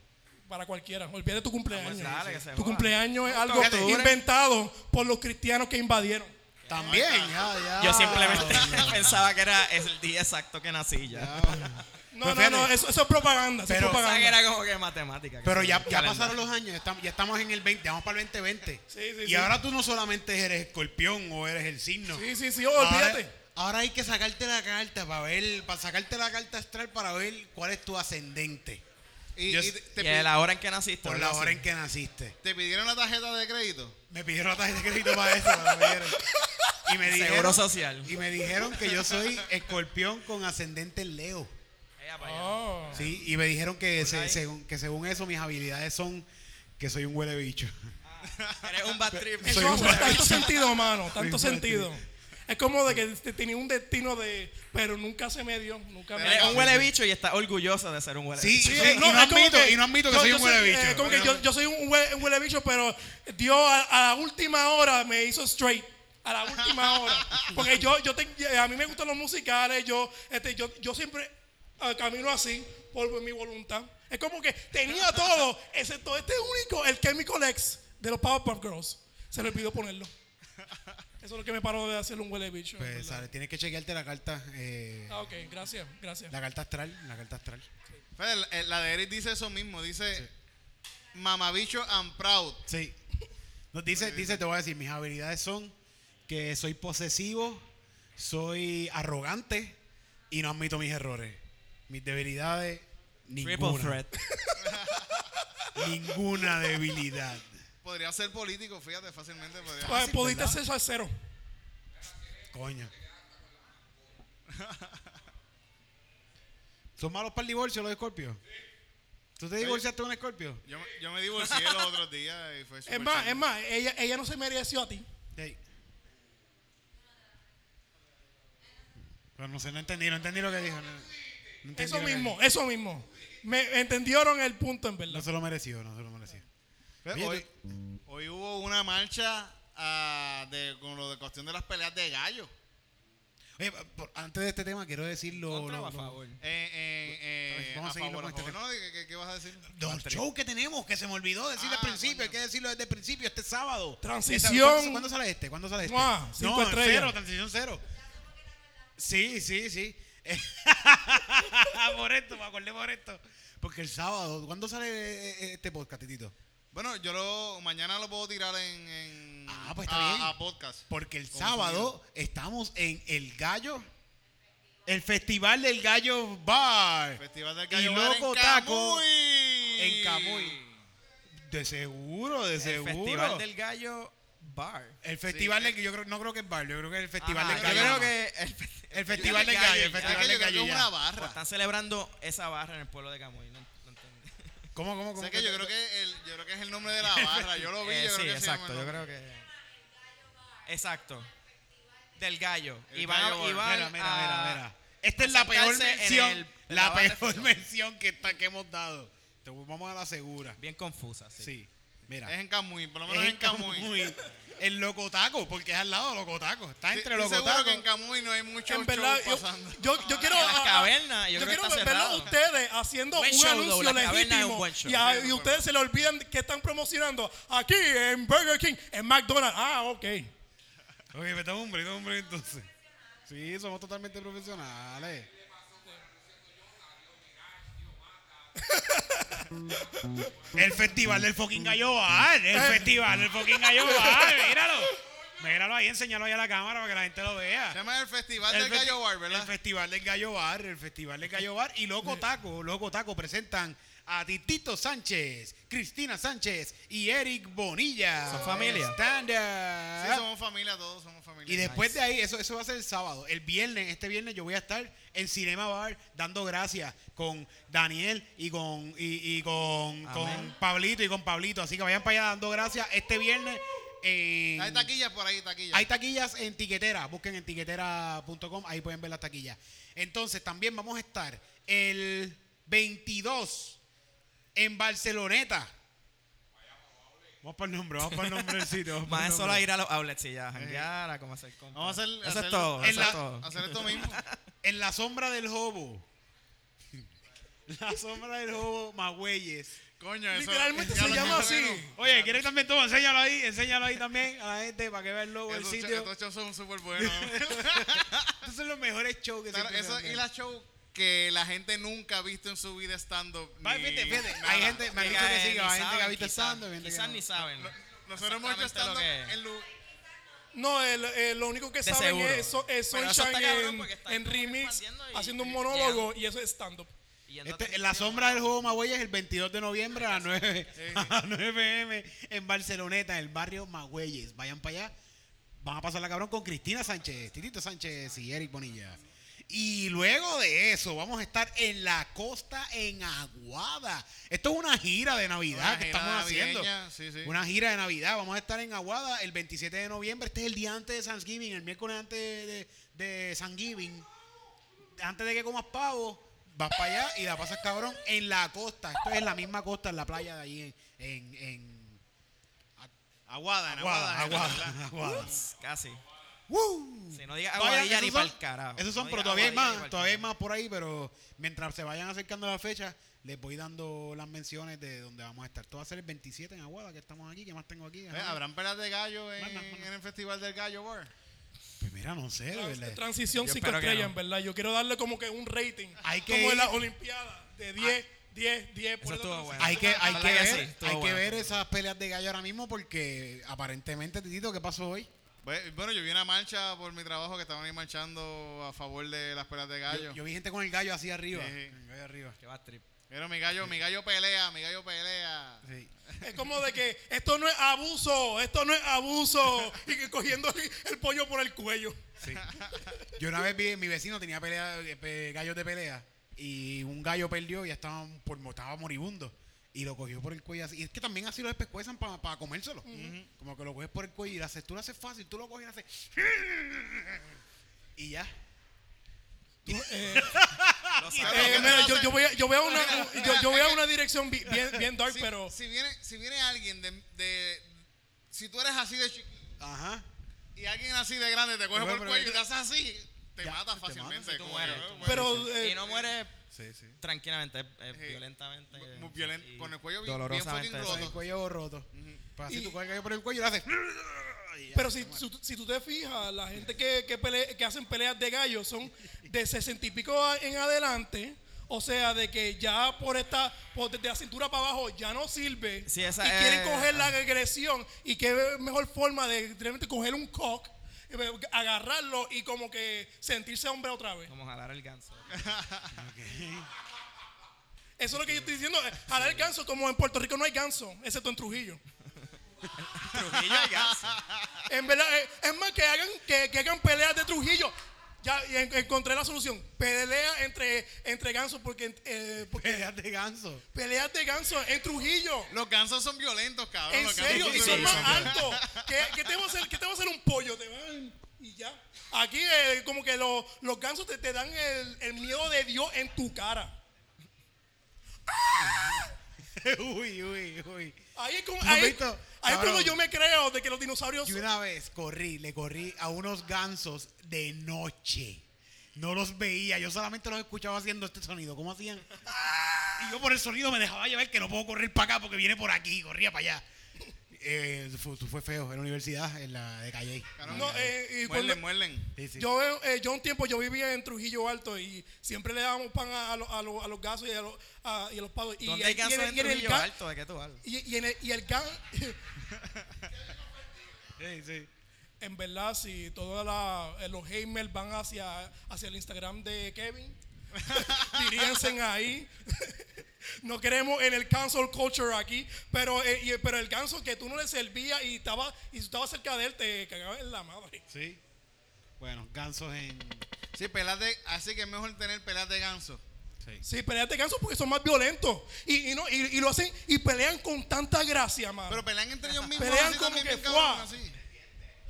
S3: para cualquiera. Olvídate tu cumpleaños.
S4: Vamos, dale, que se
S3: tu
S4: joda.
S3: cumpleaños es algo
S4: Octubre.
S3: inventado por los cristianos que invadieron.
S2: También, ya, ya.
S4: Yo simplemente pensaba que era el día exacto que nací ya.
S3: No,
S5: Pero
S3: no,
S5: fíjate.
S3: no, eso, eso es propaganda. eso es
S5: Pero-
S4: Pensaba que
S3: propaganda.
S4: era como que matemática. que
S5: Pero
S4: sí,
S5: ya, ya
S4: calendario.
S5: pasaron los años, estamos, ya estamos en el 20, vamos para el 2020.
S3: Sí, sí,
S5: y
S3: sí.
S5: ahora tú no solamente eres escorpión o eres el signo.
S3: Sí, sí, sí, olvídate.
S5: Ahora, ahora hay que sacarte la carta para ver, para sacarte la carta astral para ver cuál es tu ascendente
S2: Y,
S5: Yo-
S2: y te, te
S4: Y
S2: pi-
S4: a la hora en que naciste.
S5: este por la
S4: ¿verdad?
S5: hora
S4: Sí.
S5: en que naciste.
S2: te pidieron la tarjeta de crédito.
S5: Me pidieron la tarjeta de crédito para eso, me la pidieron. Y me
S4: Seguro
S5: dijeron,
S4: social.
S5: Y me dijeron que yo soy escorpión con ascendente en Leo.
S4: Ella para allá.
S3: Oh.
S5: Sí, y me dijeron que, se-
S4: Pues ahí.
S5: según, que según eso mis habilidades son que soy un huele bicho.
S4: Eres un bad trip.
S3: Eso
S5: Soy un
S3: hace
S5: bad
S3: tanto sentido, mano, tanto
S5: Soy un bad
S3: sentido. Es como de que te- tenía un destino de, pero nunca se me dio, nunca me
S4: Eres un huele bicho y estás orgullosa de ser un huele
S5: Sí,
S4: bicho.
S5: sí, y no,
S3: es como
S5: admito, y no admito que
S3: yo-
S5: soy
S3: yo
S5: un huele bicho.
S3: eh, como que yo, yo soy un huele, un huele bicho, pero Dios a, a la última hora me hizo straight. A la última hora.
S5: <laughs>
S3: Porque yo, yo te- eh, a mí me gustan los musicales, yo, este, yo, yo siempre eh, camino así por mi voluntad. Es como que
S5: <laughs>
S3: tenía todo, excepto este único, el Chemical X de los Powerpuff Girls. Se le
S5: <laughs>
S3: olvidó ponerlo. Eso es lo que me paró de hacer un huele bicho. en
S5: Pues,
S3: verdad.
S5: ¿sabes? Tienes que chequearte la carta, eh,
S3: Ah, ok, gracias, gracias.
S5: la carta astral, la carta astral.
S2: Fede, la- eh, la de Eric dice eso mismo. Dice, mamabicho, I'm proud.
S5: Sí. Nos dice, dice, te voy a decir, mis habilidades son que soy posesivo, soy arrogante y no admito mis errores. Mis debilidades,
S4: Triple
S5: ninguna.
S4: threat.
S5: Ninguna debilidad.
S2: Podría ser político, fíjate, fácilmente. Podría.
S3: Pues,
S5: sí,
S3: Pudiste
S5: ¿verdad?
S3: ser salsero.
S5: Coño. ¿Son malos para el divorcio los escorpios? ¿Tú te divorciaste de un escorpio?
S2: Yo, me- yo me divorcié los otros días y fue
S3: Es
S2: súper
S3: más,
S2: chévere.
S3: es más, ella, ella no se mereció a ti.
S5: Sí. Pero no sé, no entendí, no entendí lo que dijo. no- no entendí
S3: Eso
S5: lo que
S3: mismo, eso mismo. Me entendieron el punto en
S5: No
S3: verdad.
S5: se lo mereció, no se lo mereció.
S2: Fede,
S5: Oye,
S2: hoy, hoy hubo una marcha ah, de, con lo de cuestión de las peleas de gallo.
S5: Oye, por- antes de este tema quiero decirlo.
S4: Contra o
S5: lo-
S4: a
S5: lo-
S4: favor.
S2: Eh, eh, eh,
S5: Vamos a seguirlo
S2: favor,
S5: con este
S2: favor. No, ¿qué- qué, qué vas a decir?
S5: Los shows que tenemos, que se me olvidó decir al
S2: Ah,
S5: principio,
S2: coño.
S5: hay que decirlo desde el principio, este sábado.
S3: Transición.
S5: Esa- ¿Cuándo, cuándo sale este? ¿Cuándo sale este?
S3: Mua, cinco
S5: no,
S3: estrellas.
S5: cero, transición cero. Sí, sí, sí. <laughs> por esto, me acordé por esto. Porque el sábado, ¿cuándo sale eh, eh, este podcast, Titito?
S2: Bueno, yo lo, mañana lo puedo tirar en, en-
S5: Ah, pues está
S2: a,
S5: bien.
S2: a podcast.
S5: Porque el
S2: Confundido.
S5: sábado estamos en El Gallo, el Festival del Gallo Bar.
S2: Festival del
S5: Y
S2: Gallo
S5: Loco
S2: en
S5: Taco
S2: Camuy.
S5: en Camuy. De seguro, de
S4: El
S5: seguro.
S4: Festival del Gallo Bar.
S5: El festival
S2: Sí,
S5: del yo creo, no creo que es bar, Ah, yo creo que es el festival
S4: Ajá,
S5: del
S4: yo
S5: gallo.
S4: creo
S5: nada más.
S4: que el,
S5: El festival del
S4: del
S5: gallo,
S4: gallo,
S5: el
S4: ya.
S2: Es que
S5: festival del
S2: yo creo que
S5: gallo.
S2: es una
S5: ya.
S4: Pues
S2: barra.
S4: están celebrando esa barra en el pueblo de Camuy. No, no entendí.
S5: ¿Cómo, cómo, cómo?
S2: Sé que yo creo que el, yo creo que es el nombre de la barra. Yo lo vi,
S4: <laughs> Eh,
S2: yo
S4: sí,
S2: creo que se llama
S4: exacto.
S2: el
S4: Yo
S2: nombre.
S4: creo que. Exacto. Del gallo.
S2: El
S4: Y van, a-
S2: gallo,
S4: y van
S5: Mira, mira,
S4: a-
S5: mira, mira. Esta es la peor
S4: sentarse en
S5: mención,
S4: el- de
S5: la,
S4: la barra de
S2: este
S5: <laughs> peor
S4: fútbol.
S5: mención que, está, que hemos dado. Te- vamos a la segura.
S4: Bien confusas.
S5: Sí, mira.
S2: Es en Camuy, por lo
S5: Es
S2: menos es en Camuy.
S5: <laughs> Camuy. El Locotaco, porque es al lado de Locotaco. Está entre
S2: Sí, seguro
S5: Locotaco.
S2: que en Camuy no hay mucho
S3: En verdad,
S2: show
S3: yo,
S2: pasando.
S3: yo, yo quiero.
S4: En las
S3: ah, ah,
S4: cavernas, yo
S3: Yo,
S4: creo que
S3: quiero
S4: está
S3: verlos a
S4: cerrado.
S3: ustedes haciendo
S4: Buen
S3: un
S4: show,
S3: anuncio
S4: though, las cavernas es un
S3: legítimo.
S4: buen show.
S3: y, a- y ustedes se le olvidan que están promocionando aquí en Burger King, en McDonald's. Ah, ok.
S5: Oye, pero estamos hombre, estamos hombre entonces. Sí, somos totalmente profesionales. <laughs> El festival del fucking gallo bar, el festival del fucking gallo bar, míralo. Míralo ahí, enséñalo ahí a la cámara para que la gente lo
S2: Se
S5: vea.
S2: llama el Festival
S5: El
S2: del
S5: festi-
S2: Gallo Bar,
S5: El
S2: ¿verdad?
S5: festival del gallo bar, el festival del gallo bar y Loco Taco, Loco Taco presentan a Titito Sánchez, Cristina Sánchez y Eric Bonilla.
S4: ¿Son familia?
S5: Stand
S2: Sí,
S5: up.
S2: somos familia, todos somos familia.
S5: Ah. Y después de ahí, eso, eso va a ser el sábado. El viernes, este viernes yo voy a estar en Cinema Bar dando gracias con Daniel y con y, y con, con Pablito y con Pablito. Así que vayan para allá dando gracias este viernes. en-
S2: Hay taquillas por ahí, taquillas.
S5: hay taquillas en tiquetera. Busquen en tiquetera.com, ahí pueden ver las taquillas. Entonces, también vamos a estar el 22 en Barceloneta. Vamos por el nombre,
S2: <laughs>
S5: vamos por el nombrecito. vamos por
S4: Más
S5: el
S4: es solo
S5: nombre.
S4: ir a los outlets y ya, a janguear, a cómo hacer compras.
S2: Vamos a hacer.
S4: Eso
S2: hacer-
S4: es todo,
S2: en
S4: eso
S2: la-
S4: es todo.
S2: Hacer esto mismo.
S5: En la sombra del hobo. La sombra del hobo Magüeyes.
S2: Coño, eso.
S3: Literalmente
S2: ya
S3: se
S2: lo
S3: llama
S2: que
S3: así.
S2: bueno.
S5: Oye, ¿quieres también tú? Enséñalo ahí, enséñalo ahí también a la gente para que vea el logo del
S2: Esos,
S5: sitio.
S2: cho- estos shows son súper buenos.
S5: Estos son los mejores shows que
S2: Claro,
S5: siempre
S2: eso
S5: se
S2: y
S5: hacen.
S2: la show que la gente nunca ha visto en su vida stand-up.
S5: Va,
S2: ni
S5: fíjate, fíjate,
S2: nada.
S5: hay gente, me han dicho que sí, que hay gente que ha visto
S4: estando.
S5: stand-up, gente que
S4: Quizás
S5: no. <laughs>
S4: ni saben.
S2: Nosotros hemos hecho
S4: exactamente lo
S2: stand-up
S4: que es.
S2: en lu-
S3: No, el- el- lo único que
S4: De
S3: saben
S4: seguro.
S3: es, so- es
S4: Pero eso está
S3: Sunshine
S4: cabrón
S3: en,
S4: porque está
S3: en
S4: como que
S3: remix,
S4: expandiendo y-
S3: haciendo un
S4: y
S3: monólogo y eso es stand-up.
S4: Yendo a
S5: Este,
S4: tres
S5: la
S4: sitios.
S5: sombra del juego Magüeyes el 22 de noviembre a las 9, a las 9 pm en Barceloneta, en el barrio Magüeyes. Vayan para allá. Van a pasar la cabrón con Cristina Sánchez, Titito Sánchez y Eric Bonilla. Y luego de eso, vamos a estar en la costa en Aguada. Esto es una gira de Navidad
S2: Una
S5: que
S2: gira
S5: estamos haciendo.
S2: navideña, sí, sí.
S5: Una gira de Navidad. Vamos a estar en Aguada el 27 de noviembre. Este es el día antes de Thanksgiving, el miércoles antes de, de Thanksgiving antes de que comas pavo, vas para allá y la pasas cabrón en la costa. Esto es en la misma costa, en la playa de allí en, en, en
S2: Aguada, en
S5: Aguada.
S2: Aguada. en
S5: Aguada, Aguada.
S4: Casi.
S5: ¡Woo!
S4: Si no digas
S5: Vayan,
S4: aguadilla
S5: esos
S4: Ah, ni
S5: son-
S4: para el carajo.
S5: Esos son,
S4: No
S5: pero
S4: digas
S5: todavía hay
S4: aguadilla ni
S5: más,
S4: pa'l
S5: todavía hay
S4: carajo.
S5: más por ahí, pero mientras se vayan acercando la fecha, les voy dando las menciones de donde vamos a estar. Esto va a ser el 27 en Aguada, que estamos aquí, ¿qué más tengo aquí? Ah,
S2: Eh,
S5: Ajá.
S2: ¿Habrán pelas de gallo en,
S5: Manda, manda.
S2: en el Festival del Gallo Bar?
S5: Pues mira, no sé, de verdad.
S3: Transición
S4: Yo
S3: cinco
S4: espero que
S3: estrellas,
S4: no.
S3: en verdad. Yo quiero darle como que un rating.
S5: Hay que
S3: como
S5: ir. Ah.
S3: en las Olimpiadas, de 10, 10, 10. por esa
S4: estuvo
S3: transición.
S4: bueno.
S5: Hay que, hay
S4: Ojalá
S5: que
S4: que
S5: ver,
S4: sí, estuvo
S5: hay que
S4: bueno.
S5: ver esas peleas de gallo ahora mismo porque aparentemente, Titito, ¿qué pasó hoy?
S2: Bue- Bueno, yo vi una marcha por mi trabajo que estaban ahí marchando a favor de las pelas de gallo.
S5: Yo, yo vi gente con el gallo así arriba.
S2: Sí, sí.
S5: Con el gallo arriba.
S4: Qué bad trip.
S2: Pero mi gallo, mi gallo pelea, mi gallo pelea.
S3: Es como de que esto no es abuso, esto no es
S5: <laughs>
S3: abuso. Y que cogiendo el pollo por el cuello.
S5: Yo una vez vi, mi vecino tenía pelea, eh, pe- gallos de pelea y un gallo perdió y ya estaba, por, estaba moribundo. Y lo cogió por el cuello así. Y es que también así los pescuezan para comérselo. Como que lo coges por el cuello y lo haces, tú lo haces fácil, tú lo coges y lo haces. Y ya.
S3: Tú, eh,
S4: Lo
S3: Eh,
S5: Ah,
S4: sabes.
S2: Claro, ¿qué
S3: mira,
S2: te
S3: yo,
S2: pasa?
S3: yo voy a, yo voy a una,
S5: <laughs>
S3: yo, yo voy a una dirección bi- bien, bien dark,
S2: Si,
S3: pero
S2: si viene, si viene alguien de, de- Si tú eres así de chiquito
S5: Ajá.
S2: y alguien así de grande te coge
S5: Pero,
S2: por el
S5: pero,
S2: cuello y
S5: pero,
S2: te haces así, te
S5: ya,
S2: mata
S5: te
S2: fácilmente.
S5: mata,
S4: Tú
S2: como
S4: mueres,
S2: que,
S4: tú
S2: bueno,
S4: mueres.
S3: pero eh,
S4: y no mueres
S5: Sí, sí.
S4: tranquilamente, eh,
S2: Sí.
S4: violentamente.
S2: Muy violen-
S4: y
S2: con el cuello bien- bien
S4: dolorosamente.
S2: fucking
S4: sí.
S5: Con el
S2: roto.
S5: cuello roto. Pues así
S3: Y-
S5: tú coges el gallo por el cuello y lo haces. y ya. <laughs>
S3: pero si, si, si tú te fijas, la gente que, que, pele- que hacen peleas de gallos
S4: <laughs>
S3: son de sesenta y pico a- en adelante. O sea, de que ya por esta, por desde la cintura para abajo ya no sirve.
S4: Sí, esa
S3: y quieren
S4: es-
S3: coger la agresión. Y qué mejor forma de realmente coger un cock, eh, agarrarlo y como que sentirse hombre otra vez.
S4: Como jalar el ganso.
S3: Eso es lo que yo estoy diciendo. eh, Jalar el ganso, como en Puerto Rico no hay ganso, excepto en Trujillo.
S4: Trujillo y ganso.
S3: En verdad, eh, es más que hagan, que, que hagan peleas de Trujillo. Ya y en- encontré la solución. Pelea entre, entre gansos porque, eh, porque
S5: Peleas de ganso.
S3: peleas de gansos en Trujillo.
S2: Los gansos son violentos, cabrón.
S3: En
S2: los gansos
S3: serio,
S2: son
S3: y son
S4: sí,
S2: violentos.
S3: más
S4: sí.
S3: altos. ¿Qué, qué te va a hacer? ¿Qué te va a hacer un pollo? Te van y ya. Aquí eh, como que lo- los gansos te, te dan el, el miedo de Dios en tu cara.
S5: <laughs> uy, uy, uy.
S3: Ahí es como-
S5: ¿Tú has
S3: ahí,
S5: visto?
S3: ahí es cuando
S5: Cabrón.
S3: yo me creo de que los dinosaurios
S5: Yo una vez corrí, le corrí a unos gansos de noche. No los veía, yo solamente los escuchaba haciendo este sonido. ¿Cómo hacían? Y yo por el sonido me dejaba llevar que no puedo correr para acá porque viene por aquí, y corría para allá. Eh, fue, fue feo en la universidad, en la de Calle.
S2: Cabrón,
S3: No, eh, y cuando-
S2: muerden, muerden.
S5: Sí, sí.
S3: Yo, eh, yo un tiempo yo vivía en Trujillo Alto y siempre le dábamos pan a, a los- a los- a los gasos y a los, a- y a los pavos. Y,
S4: ¿Dónde hay
S3: y en-
S4: ganso
S3: y
S4: en
S3: en el
S4: Trujillo
S3: ga-
S4: alto? ¿De qué tú hablas?
S3: Y, y en el, y el
S4: <laughs>
S3: gan,
S5: Sí, sí.
S3: en verdad, si todos la- eh, los gamers van hacia, hacia el Instagram de
S4: <laughs>
S3: Kevin, diríanse ahí. <laughs> No queremos en el cancel culture aquí, pero, eh, y- pero el ganso que tú no le servías y estaba, y si estaba cerca de él, te cagaba en la madre.
S5: Sí. Bueno, gansos en.
S2: Sí, pelas de. Así que es mejor tener pelas de ganso.
S5: Sí.
S3: Sí, peleas de ganso porque son más violentos. Y, y no, y, y lo hacen y pelean con tanta gracia, mano.
S2: Pero pelean entre ellos mismos.
S3: Pelean
S2: así
S3: como
S2: también,
S3: que
S2: bien cabrón,
S3: fuá.
S2: así.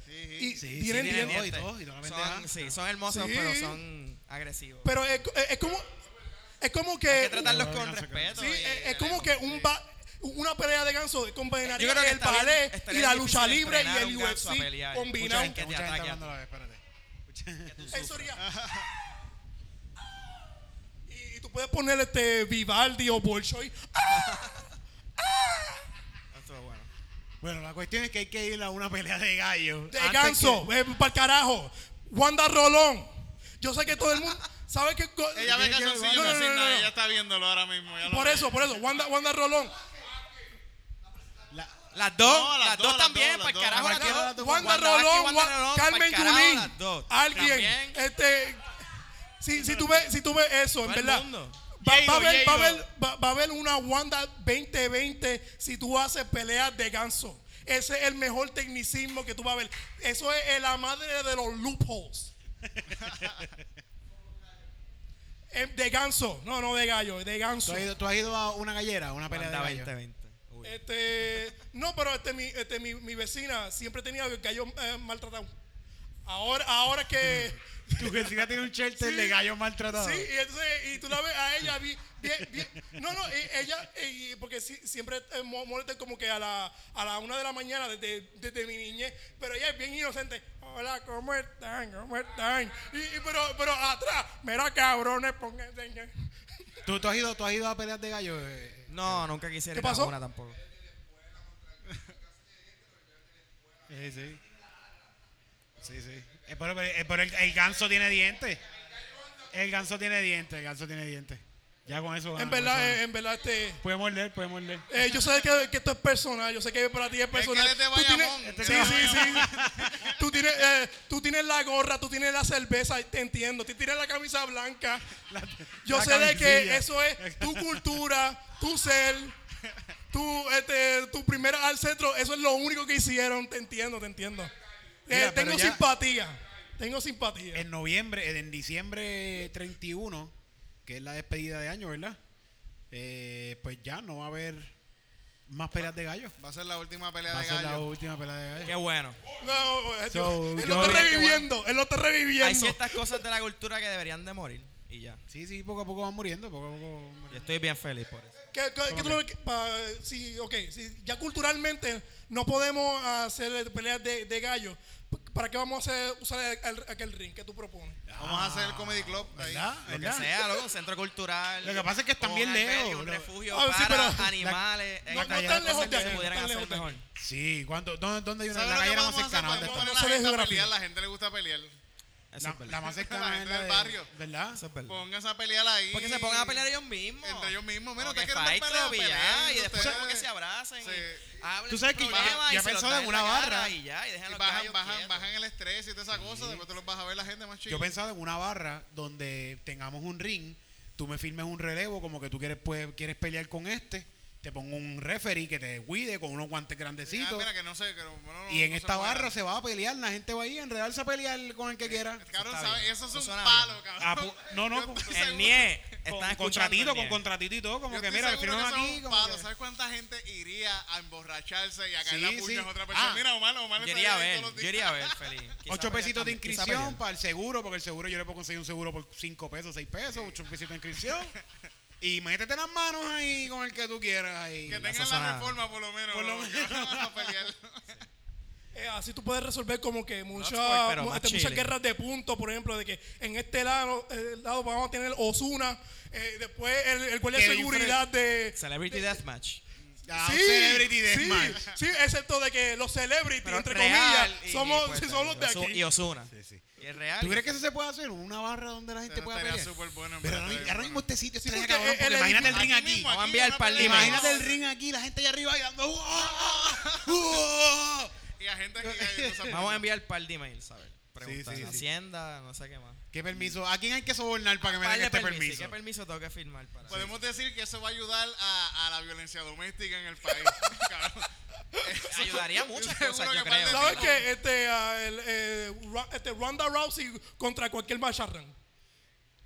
S2: Sí, sí.
S3: y
S5: Sí,
S3: tienen
S5: sí,
S3: dientes.
S5: tienen dientes. todo, y toda la pendeja.
S4: son, sí, son hermosos,
S3: Sí.
S4: pero son agresivos.
S3: Pero es, es- es como es como que,
S4: Hay que tratarlos
S5: Yo creo que
S4: con
S5: no se
S4: respeto.
S3: sí,
S4: y-
S3: es, es
S4: y-
S3: como que un ba- una pelea de ganso
S4: Yo
S3: combinaría
S4: creo que
S3: el
S4: está bien-
S3: ballet
S4: está
S3: y
S4: bien
S3: la
S4: difícil
S3: lucha libre y
S4: entrenar a
S3: el
S4: un ganso a
S3: UFC
S4: pelear.
S3: combinado.
S4: Mucha gente te
S5: Mucha gente
S4: ataque a
S5: hablando a
S4: ti.
S5: la vez, espérate.
S3: Eso sería. <laughs> Y, y tú puedes poner este Vivaldi o Bolshoi.
S4: Esto es bueno.
S5: Bueno, la cuestión es que hay que ir a una pelea de gallo.
S3: De
S5: antes
S3: ganso, para el carajo. Wanda Rolón. Yo sé que todo el mundo sabe que.
S2: Ella ve
S5: Yo- yo-
S2: calzoncillo,
S3: no, no,
S2: así,
S3: no, no,
S2: nada,
S3: no.
S2: ella está viéndolo ahora mismo. ya lo
S3: Por
S2: ve.
S3: eso, por eso. Wanda, Wanda Rolón.
S5: que- la-
S4: Las dos,
S2: No, las
S4: las,
S2: dos,
S4: dos,
S2: las
S4: también,
S2: dos,
S4: para
S2: las
S4: el carajo
S2: dos.
S4: las
S3: Wanda-
S4: dos.
S3: Wanda
S4: Vázquez,
S3: Rolón,
S4: Wanda
S3: Wa-
S4: Rolón,
S3: Carmen
S4: pa'l carajo
S3: Yulín.
S4: las dos.
S3: Alguien.
S4: También.
S3: Este. Si, si, tú ves, si tú ves eso, en
S4: Todo el
S3: verdad.
S4: mundo.
S3: Va, va a
S5: Yeiro,
S3: haber, va, a
S5: Yeiro.
S3: haber, va- va a haber una Wanda 2020 si tú haces peleas de ganso. Ese es el mejor tecnicismo que tú vas a ver. Eso es eh, la madre de los
S4: <laughs>
S3: loopholes. Eh, de ganso, no, no de gallo, de
S5: ¿Tú
S3: ganso.
S5: has, ido, tú has ido a una gallera, una pelea
S4: Wanda
S5: de gallo?
S4: 2020. Uy.
S3: Este, no, pero este, mi, este, mi, mi vecina siempre tenía el gallo eh, maltratado. Ahora, ahora que.
S5: <laughs> Tu vecina tiene un shelter de gallo maltratado.
S3: Sí, y, entonces, y tú la ves a ella bien, bien, bien. No, no, y ella, e, y- porque sí, siempre eh, mo- molesta como que a la, a la una de la mañana desde, desde mi niñez, pero ella es bien inocente. Hola, ¿cómo están? ¿Cómo están? Y, y pero, pero atrás, mira cabrones, pónganse.
S5: ¿Tú, tú has ido, ¿Tú has ido a peleas de gallo? eh?
S4: No, nunca quisiera
S3: ¿Qué
S4: ir a
S3: pasó?
S4: una tampoco.
S5: Sí, sí. Sí, sí. Eh, pero pero- eh, pero el, el ganso tiene dientes. El ganso tiene dientes, el ganso tiene dientes. Ya con eso. gana,
S3: En
S5: con
S3: verdad,
S5: eso
S3: eh,
S5: gana.
S3: en verdad, este.
S5: Puede morder, puede morder.
S3: eh, yo sé que, que esto es personal, yo sé que para ti es personal.
S2: él es de
S3: Tú tienes-
S2: Bayamón, él es
S3: sí,
S2: de
S3: sí,
S2: Bayamón.
S3: sí. Tú tienes, eh, tú tienes la gorra, tú tienes la cerveza, te entiendo. Tú tienes la camisa blanca. Yo
S5: la
S3: sé de que
S5: camisilla.
S3: eso es tu cultura, tu ser, tu, este, tu primera al centro. Eso es lo único que hicieron. Te entiendo, te entiendo.
S5: Mira,
S3: Eh,
S5: pero
S3: tengo
S5: ya-
S3: simpatía. Tengo simpatía.
S5: En noviembre, eh, en diciembre 31, que es la despedida de año, ¿verdad? Eh, pues ya no va a haber más peleas de gallo.
S2: Va a ser la última pelea
S5: Va a
S2: de
S5: ser la
S2: gallo.
S5: última pelea de gallo.
S4: <laughs> Qué bueno.
S3: No, eh,
S5: So,
S3: él
S5: yo-
S3: lo está reviviendo. Él lo está
S4: Hay
S3: reviviendo.
S4: ciertas cosas de la cultura que deberían de morir y ya.
S5: Sí, sí, poco a poco van muriendo, poco a poco. van
S4: Yo
S5: muriendo.
S4: estoy bien feliz por eso.
S3: ¿Qué, qué- qué tú lo- qué- pa- sí, ok, sí, ya culturalmente no podemos hacer peleas de, de gallo. ¿Para qué vamos a hacer, usar el- aquel ring que tú propones?
S2: Vamos a hacer el Comedy Club. ahí.
S5: ¿Verdad?
S4: Lo que
S5: ¿Verdad?
S4: sea, loco, un centro cultural.
S5: Lo que pasa es que están
S4: un
S5: bien
S4: albergue,
S5: lejos,
S4: Un
S5: lo-
S4: refugio
S3: Ah, sí,
S4: para
S3: pero-
S4: animales.
S3: No,
S4: eh,
S3: no
S4: hay
S3: tan
S4: cosas
S3: lejos
S4: que
S3: de
S4: se
S3: ahí,
S4: pudieran
S3: tan
S4: hacer
S3: lejos de ahí.
S4: mejor.
S5: Sí, ¿cuándo, dónde, ¿dónde hay una?
S2: ¿Sabes
S5: La
S2: lo que
S5: gallera más
S2: podemos hacer?
S5: cercana. ¿dónde
S2: Podemos
S5: está?
S2: poner
S3: No
S2: a
S3: se
S2: la gente a
S3: desgracie.
S2: pelear. La gente le gusta pelear.
S4: Eso
S5: La,
S4: es verdad.
S5: la más
S2: <laughs> La
S5: cercana es
S2: gente
S5: la
S2: del
S5: de-
S2: barrio.
S5: ¿Verdad?
S4: Eso es verdad.
S2: Pónganse a pelear ahí.
S4: Porque se pongan a pelear ellos mismos.
S2: Entre ellos mismos. Mira,
S4: Como
S2: ustedes
S4: que
S2: quieren ver
S4: fight
S2: pelea,
S4: club y ya,
S2: peleen,
S4: y después
S2: ustedes-
S4: como que se abracen.
S2: Sí.
S4: y hablen
S5: Tú sabes
S4: sus
S5: que ya-
S4: problemas
S5: ya
S4: y se los
S5: pensaba
S4: dan
S5: en una
S4: la cara
S5: barra.
S4: Y ya, y dejan
S2: Y
S4: los
S2: bajan,
S4: gallos
S2: bajan,
S4: quietos.
S2: bajan el estrés y toda esa cosa. Después tú los vas a ver la gente más chica.
S5: Yo pensaba en una barra donde tengamos un ring, tú me firmes un relevo, como que tú quieres, pues, quieres pelear con este, te pongo un referee que te cuide con unos guantes
S2: Ah,
S5: grandecitos.
S2: mira, que no sé, que no- no- no-
S5: y en
S2: no
S5: esta
S2: puede.
S5: barra se va a pelear, la gente va a ir a enredarse a pelear con el
S2: Eh,
S5: que quiera.
S2: Cabrón,
S4: Está
S2: ¿sabes?
S4: bien.
S2: Eso es
S4: Eso
S2: un
S4: suena
S2: palo,
S4: bien.
S5: Ah,
S2: cabrón.
S5: pu- no, no,
S2: Yo
S5: con-
S2: estoy
S4: El
S2: seguro-
S4: NIE. Están
S5: Con
S4: escuchando el
S5: contratito, con
S4: NIE.
S5: contratito y todo, como
S2: yo
S5: que
S2: estoy
S5: mira,
S2: seguro
S5: firman
S2: que eso es
S5: aquí.
S2: un
S5: como
S2: palo.
S5: que-
S2: ¿Sabes cuánta gente iría a emborracharse y a caer
S5: Sí,
S2: la puña
S5: sí.
S2: a otra persona?
S5: Ah,
S2: Mira, Omar, Omar
S4: Yo
S2: está
S4: iría a
S2: ahí
S4: ver,
S2: todos los
S4: yo
S2: días.
S4: iría a ver, feliz. Quizá
S5: Ocho
S4: pelean
S5: pesitos de
S4: también, quizá pelean.
S5: inscripción para el seguro, porque el seguro yo le puedo conseguir un seguro por cinco pesos, seis pesos, ocho pesitos de inscripción. Y métete las manos ahí con el que tú quieras. Ahí.
S2: Que
S4: Eso
S2: tengan la
S4: suena-
S2: reforma por lo menos.
S5: Por lo
S2: <laughs> ¿no?
S5: menos.
S2: Para pelear.
S3: Eh, así tú puedes resolver como que muchas
S4: Hotspot, pues, pero
S3: mu-
S4: más
S3: este, muchas
S4: chilling.
S3: guerras de puntos, por ejemplo, de que en este lado, eh, lado vamos a tener Osuna, eh, después el, el guardia de
S5: Kevin
S3: seguridad de...
S4: Celebrity Deathmatch.
S5: Ah,
S3: Sí,
S5: Celebrity
S3: sí,
S5: Deathmatch.
S3: sí, excepto de que los celebrities,
S4: Pero
S3: entre
S4: real
S3: comillas,
S4: y-
S3: somos,
S4: y, pues,
S3: sí, son los de
S4: Ozu-
S3: aquí.
S4: Y Osuna.
S5: Sí, sí.
S4: Y es real.
S5: ¿Tú crees que eso se puede hacer? ¿Una barra donde la gente
S2: Eso
S5: pueda
S2: estaría
S5: pelear?
S2: súper bueno, en
S5: Pero
S2: verdad,
S5: ahora mismo-
S2: estaría
S5: ahora mismo este sitio está
S3: Sí,
S5: de
S3: porque
S5: cabrón,
S3: el-
S5: porque
S3: el
S5: imagínate el
S3: edificio-
S5: ring aquí.
S2: mismo,
S4: Vamos a enviar
S2: una
S4: el par de
S2: pelea.
S4: imágenes.
S5: Imagínate el ring aquí, la gente allá arriba bailando. ¡Uh, ah, ah, uh, ah!
S2: Y la gente
S5: <laughs>
S2: que
S4: Vamos a enviar un par de emails, a ver. Preguntas.
S5: sí, sí.
S4: Hacienda, no sé qué más.
S5: ¿Qué permiso? ¿A quién hay que sobornar para que me
S4: Par
S5: den
S4: de
S5: este
S4: permisos.
S5: permiso?
S4: ¿Qué permiso tengo que firmar para eso?
S2: Podemos decir que eso va a ayudar a, a la violencia doméstica en el
S4: <laughs>
S2: país. cabrón. Eso-
S4: Ayudaría muchas
S2: seguro
S4: cosas,
S2: que
S4: yo
S2: parte
S4: creo.
S2: de-
S3: ¿Sabes qué? Este, ah, el, eh, Ro- este Ronda Rousey contra cualquier macharrán.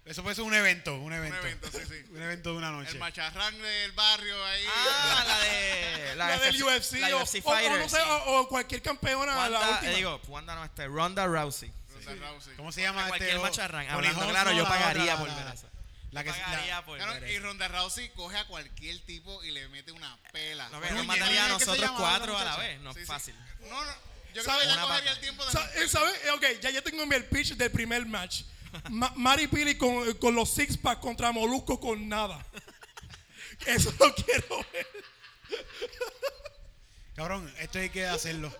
S5: Eso puede ser un evento, un evento.
S2: evento, sí, sí.
S5: Un evento de una
S2: El
S5: noche.
S2: macharrán del barrio ahí.
S4: Ah, la de.
S3: La, del UFC,
S4: La
S3: o,
S4: UFC
S3: o- o
S4: Fighter.
S3: no sé,
S4: sí.
S3: o, o cualquier campeona, la
S4: Wanda,
S3: última.
S4: eh, digo, Wanda no este, Ronda Rousey.
S2: Ronda Rousey.
S5: ¿Cómo se llama este?
S4: cualquier
S5: o-
S4: macharrán.
S5: Holly
S4: Hablando
S5: Holm,
S4: claro,
S5: no,
S4: yo
S5: la otra,
S4: pagaría
S5: la-
S4: por
S5: la-
S4: ver eso.
S5: La, La que
S4: pagaría
S5: la-
S4: por
S2: Claro,
S4: ver
S2: y
S4: eso.
S2: Ronda Rousey coge a cualquier tipo y le mete una pela.
S4: No, pero
S5: Núñez,
S4: mataría a
S2: Núñez, ¿qué se
S4: nosotros
S2: llamaba la
S4: cuatro a la
S2: muchacha?
S4: vez. No es
S2: Sí, sí.
S4: fácil.
S2: No, no. Yo creo
S3: ¿Sabe?
S2: que ella
S4: Una
S2: cogería
S4: pata.
S2: el tiempo de.
S3: Sa- eh, ¿Sabes? Eh, Ok, ya yo tengo mi el pitch del primer
S4: <laughs>
S3: match. Ma- Mari Pili con, eh, con los six pack contra Molusco con nada. <laughs> Eso lo quiero
S4: <laughs>
S3: ver.
S5: Cabrón, esto hay que hacerlo.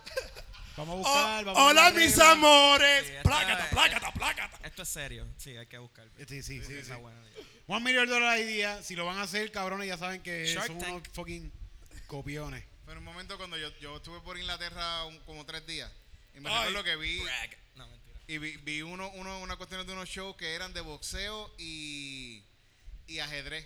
S5: Vamos a
S3: Oh,
S5: buscar. vamos a
S3: hola,
S5: buscar.
S3: mis amores.
S4: Sí, esta-
S3: plácata, plácata, plácata.
S4: Esto es serio. Sí, hay que buscar. pero-
S5: Sí, sí, sí. sí.
S4: Está buena.
S5: One million dollar idea. Si lo van a hacer, cabrones, ya saben que
S4: Shark
S5: son
S4: Tank.
S5: unos fucking copiones.
S2: Pero un momento cuando yo, yo estuve por Inglaterra un- como tres días. Y me
S3: Ay,
S2: recuerdo que vi.
S4: Brag. No, mentira.
S2: Y vi, vi uno, uno, una cuestión de unos shows que eran de boxeo y, y ajedrez.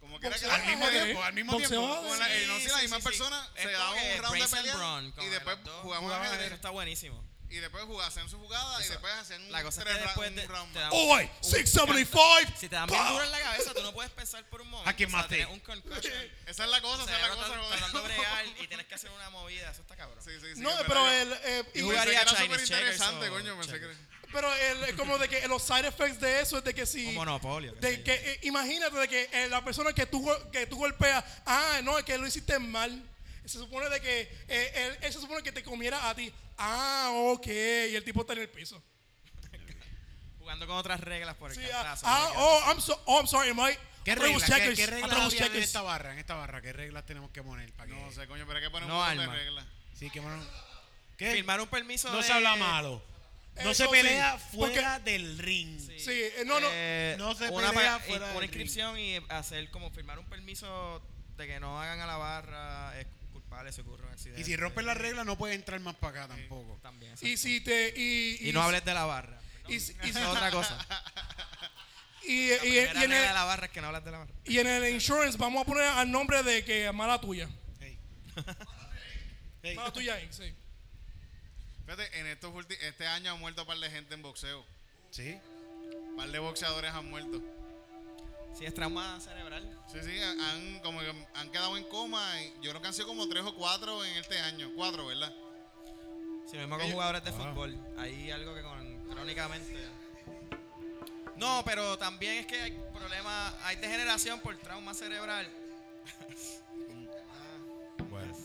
S2: Como que era que
S3: Boxeo,
S2: al mismo
S3: ajedrez,
S2: tiempo. Al mismo
S3: boxeo,
S2: tiempo.
S3: ajedrez.
S2: Como la- eh, no
S4: Sí,
S2: sé, la
S4: sí,
S2: misma
S4: sí, sí.
S2: persona
S4: Es
S2: se
S4: como
S2: daba
S4: que
S2: un round de
S4: brace and
S2: pelea
S4: brawn, como
S2: y
S4: de
S2: después
S4: los dos.
S2: jugaban
S4: Eso
S2: ajedrez.
S4: Está buenísimo.
S2: Y después jugaban, hacían su jugada y
S4: Eso.
S2: después hacían un,
S4: La cosa es
S2: tres
S4: que
S2: ra-
S4: después
S2: un
S4: te-
S2: round
S4: te
S2: más.
S4: dan-
S3: Hoy, 675.
S4: Si te dan bien
S3: pa.
S4: duro en la cabeza, tú no puedes pensar por un momento.
S5: ¿A quién
S4: o sea,
S5: maté?
S4: tienes un concussion.
S2: Esa es la
S4: O
S2: cosa, esa
S4: sea,
S2: es la
S4: no
S2: cosa.
S4: estás tratando de
S2: joder.
S4: bregar
S3: <laughs>
S4: y tienes que hacer una movida. Eso está cabrón.
S2: <laughs> Sí, sí, sí,
S3: No,
S2: es verdad,
S3: pero
S2: yo-
S3: el, eh, y-
S4: Yo
S2: Pensé que
S4: jugaría
S2: era
S4: Chinese
S2: súper interesante,
S4: checkers o
S2: coño. Pensé que
S4: checkers.
S3: pero el, eh, como de que los side effects de eso es de que si
S4: Un monopolio, qué sé
S3: de
S4: yo.
S3: que eh, imagínate de que eh, la persona que tú go- que tú golpeas, ah, no, es que lo hiciste mal. Se supone de que eh, él, él se supone que te comiera a ti. Ah, ok, y el tipo está en el piso.
S4: Jugando con otras reglas por el
S3: Sí, ah,
S4: cantazo.
S3: ah,
S4: ¿no?
S3: oh, I'm so, oh, I'm sorry, Mike.
S5: ¿Qué
S3: I throw
S5: reglas? ¿Qué,
S3: checkers.
S5: qué
S3: I
S5: reglas
S3: throw
S5: habían en
S3: checkers.
S5: esta barra? En esta barra, ¿qué reglas tenemos que poner? para que-
S2: No sé, coño, pero hay que poner
S4: No
S2: un montón
S4: arma.
S2: de reglas.
S5: Sí, que bueno. ¿Qué?
S4: Firmar un permiso
S5: No
S4: de...
S5: se habla malo. No
S3: Eso
S5: se pelea
S3: Eh, sí, porque-
S5: fuera del ring.
S3: Sí, eh, no, no.
S4: Eh,
S5: No se
S4: una,
S5: pelea
S4: pa-
S5: fuera
S4: una
S5: del ring.
S4: inscripción y hacer como firmar un permiso de que no hagan a la barra es culpable si ocurre un accidente.
S5: Y si rompes la regla, no puedes entrar más para acá tampoco.
S4: También.
S3: Y
S4: exacto.
S3: si te y,
S4: Y no hables de la barra.
S3: y, si- y
S4: Eso
S3: si-
S4: es
S3: <laughs>
S4: otra cosa.
S3: y-
S4: La
S3: y- y
S4: primera
S3: en
S4: regla de
S3: el,
S4: la barra es que no hablas de la barra.
S3: y en el insurance vamos a poner al nombre de que mala tuya.
S4: <laughs>
S5: Hey. Hey.
S3: Mala tuya, Inc, sí.
S2: Fíjate, en estos ulti- este año ha muerto un par de gente en boxeo.
S5: Sí.
S2: Un par de boxeadores han muerto.
S4: Si es trauma cerebral.
S2: Sí, sí, han- han, como que han quedado en coma. y yo creo que han sido como tres o cuatro en este año. Cuatro, ¿verdad?
S4: Si lo mismo con jugadores de
S2: Ah.
S4: fútbol. Hay algo que con, crónicamente. No, pero también es que hay problemas. Hay degeneración por trauma cerebral.
S5: Bueno.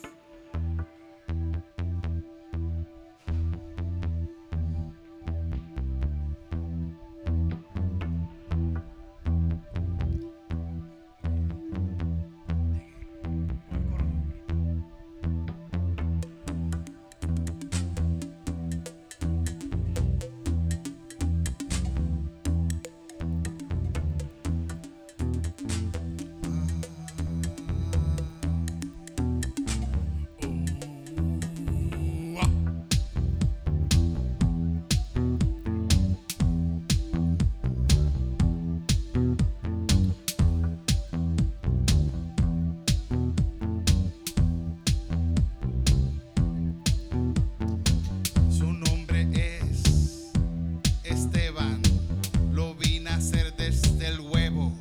S2: Su nombre es Esteban. Lo vi nacer desde el huevo.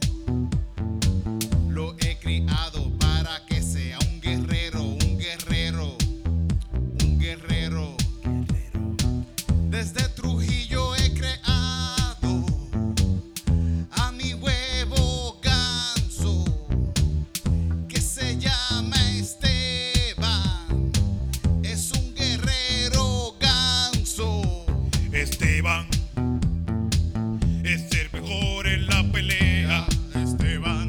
S2: Lo he criado para que sea un guerrero, un guerrero, un guerrero. Desde Trujillo he creado a mi huevo ganso que se llama Esteban. Es un guerrero ganso.
S3: Esteban es el mejor en la pelea.
S2: Esteban,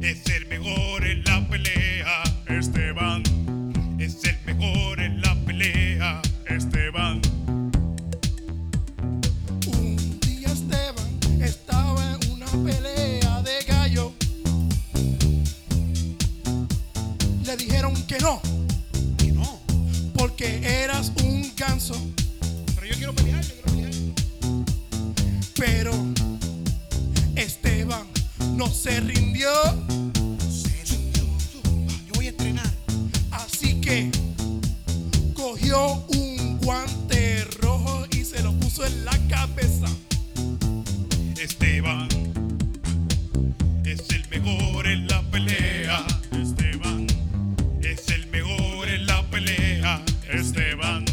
S3: Es el mejor en la pelea.
S2: Esteban,
S3: Es el mejor en la pelea.
S2: Esteban.
S3: Un día Esteban estaba en una pelea de gallo. Le dijeron que no,
S5: Que no.
S3: porque eras un ganso.
S5: Pero yo quiero pelear, yo quiero pelear.
S3: Pero Esteban no se rindió,
S5: Yo voy a entrenar.
S3: así que cogió un guante rojo y se lo puso en la cabeza.
S6: Esteban es el mejor en la pelea. Esteban es el mejor en la pelea. Esteban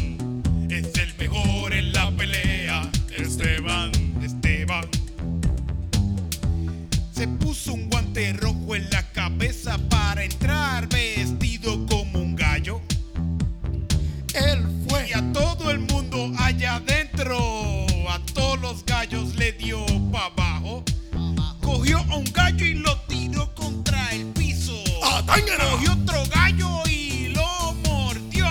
S6: es el mejor en la pelea. Esteban, Esteban
S7: él fue.
S5: Y a todo el mundo allá adentro, a todos los gallos le dio pa' abajo. Cogió a un gallo y lo tiró contra el piso.
S3: ¡Ah, tángana!
S5: Cogió otro gallo y lo mordió.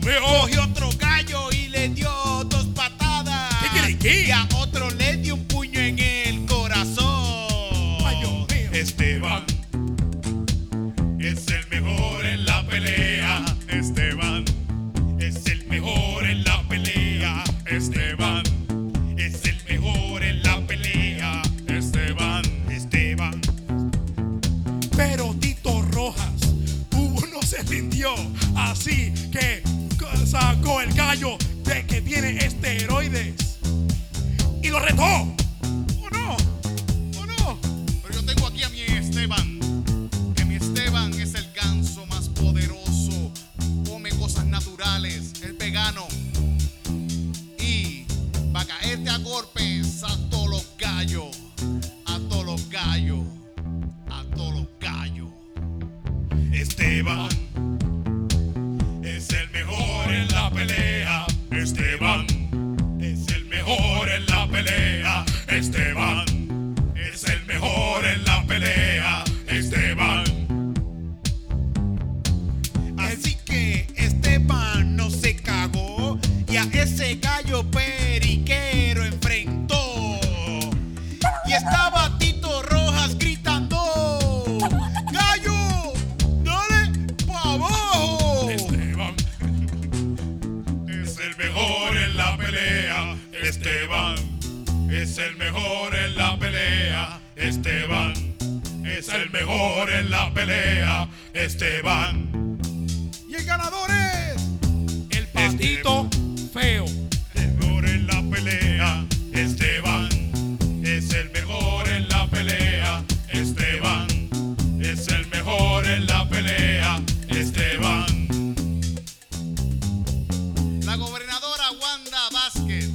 S3: veo!
S5: Cogió otro gallo y le dio dos patadas.
S3: ¡Kikiriki!
S5: Y a otro le dio un puño en el corazón.
S3: ¡Ay, Dios mío!
S5: Esteban es el mejor en la pelea. Esteban es el mejor en la pelea. Esteban es el mejor en la pelea. Esteban, Esteban.
S3: Pero Tito Rojas, Hugo no se rindió, así que sacó el gallo de que tiene esteroides y lo retó. ¿O no? ¿O no?
S2: Pero yo tengo aquí a mi Esteban. Que mi Esteban es el ganso más poderoso. Come cosas naturales. Es vegano. Y va a caerte a golpes a todos los gallos. A todos los gallos. A todos los gallos.
S5: Esteban es el mejor en la pelea. Esteban es el mejor en la pelea. Esteban es el mejor en la pelea. Esteban. Así que Esteban no se cagó y a ese gallo periquero enfrentó. Y estaba Tito Rojas gritando: ¡Gallo! ¡Dale pa' abajo! Esteban es el mejor en la pelea. Esteban es el mejor en la pelea. Esteban es el mejor en la pelea. Esteban. Y el ganador es.
S3: El
S2: Este-
S3: patito feo.
S5: mejor en la pelea, Esteban es el mejor en la pelea, Esteban es el mejor en la pelea, Esteban.
S2: La gobernadora Wanda Vázquez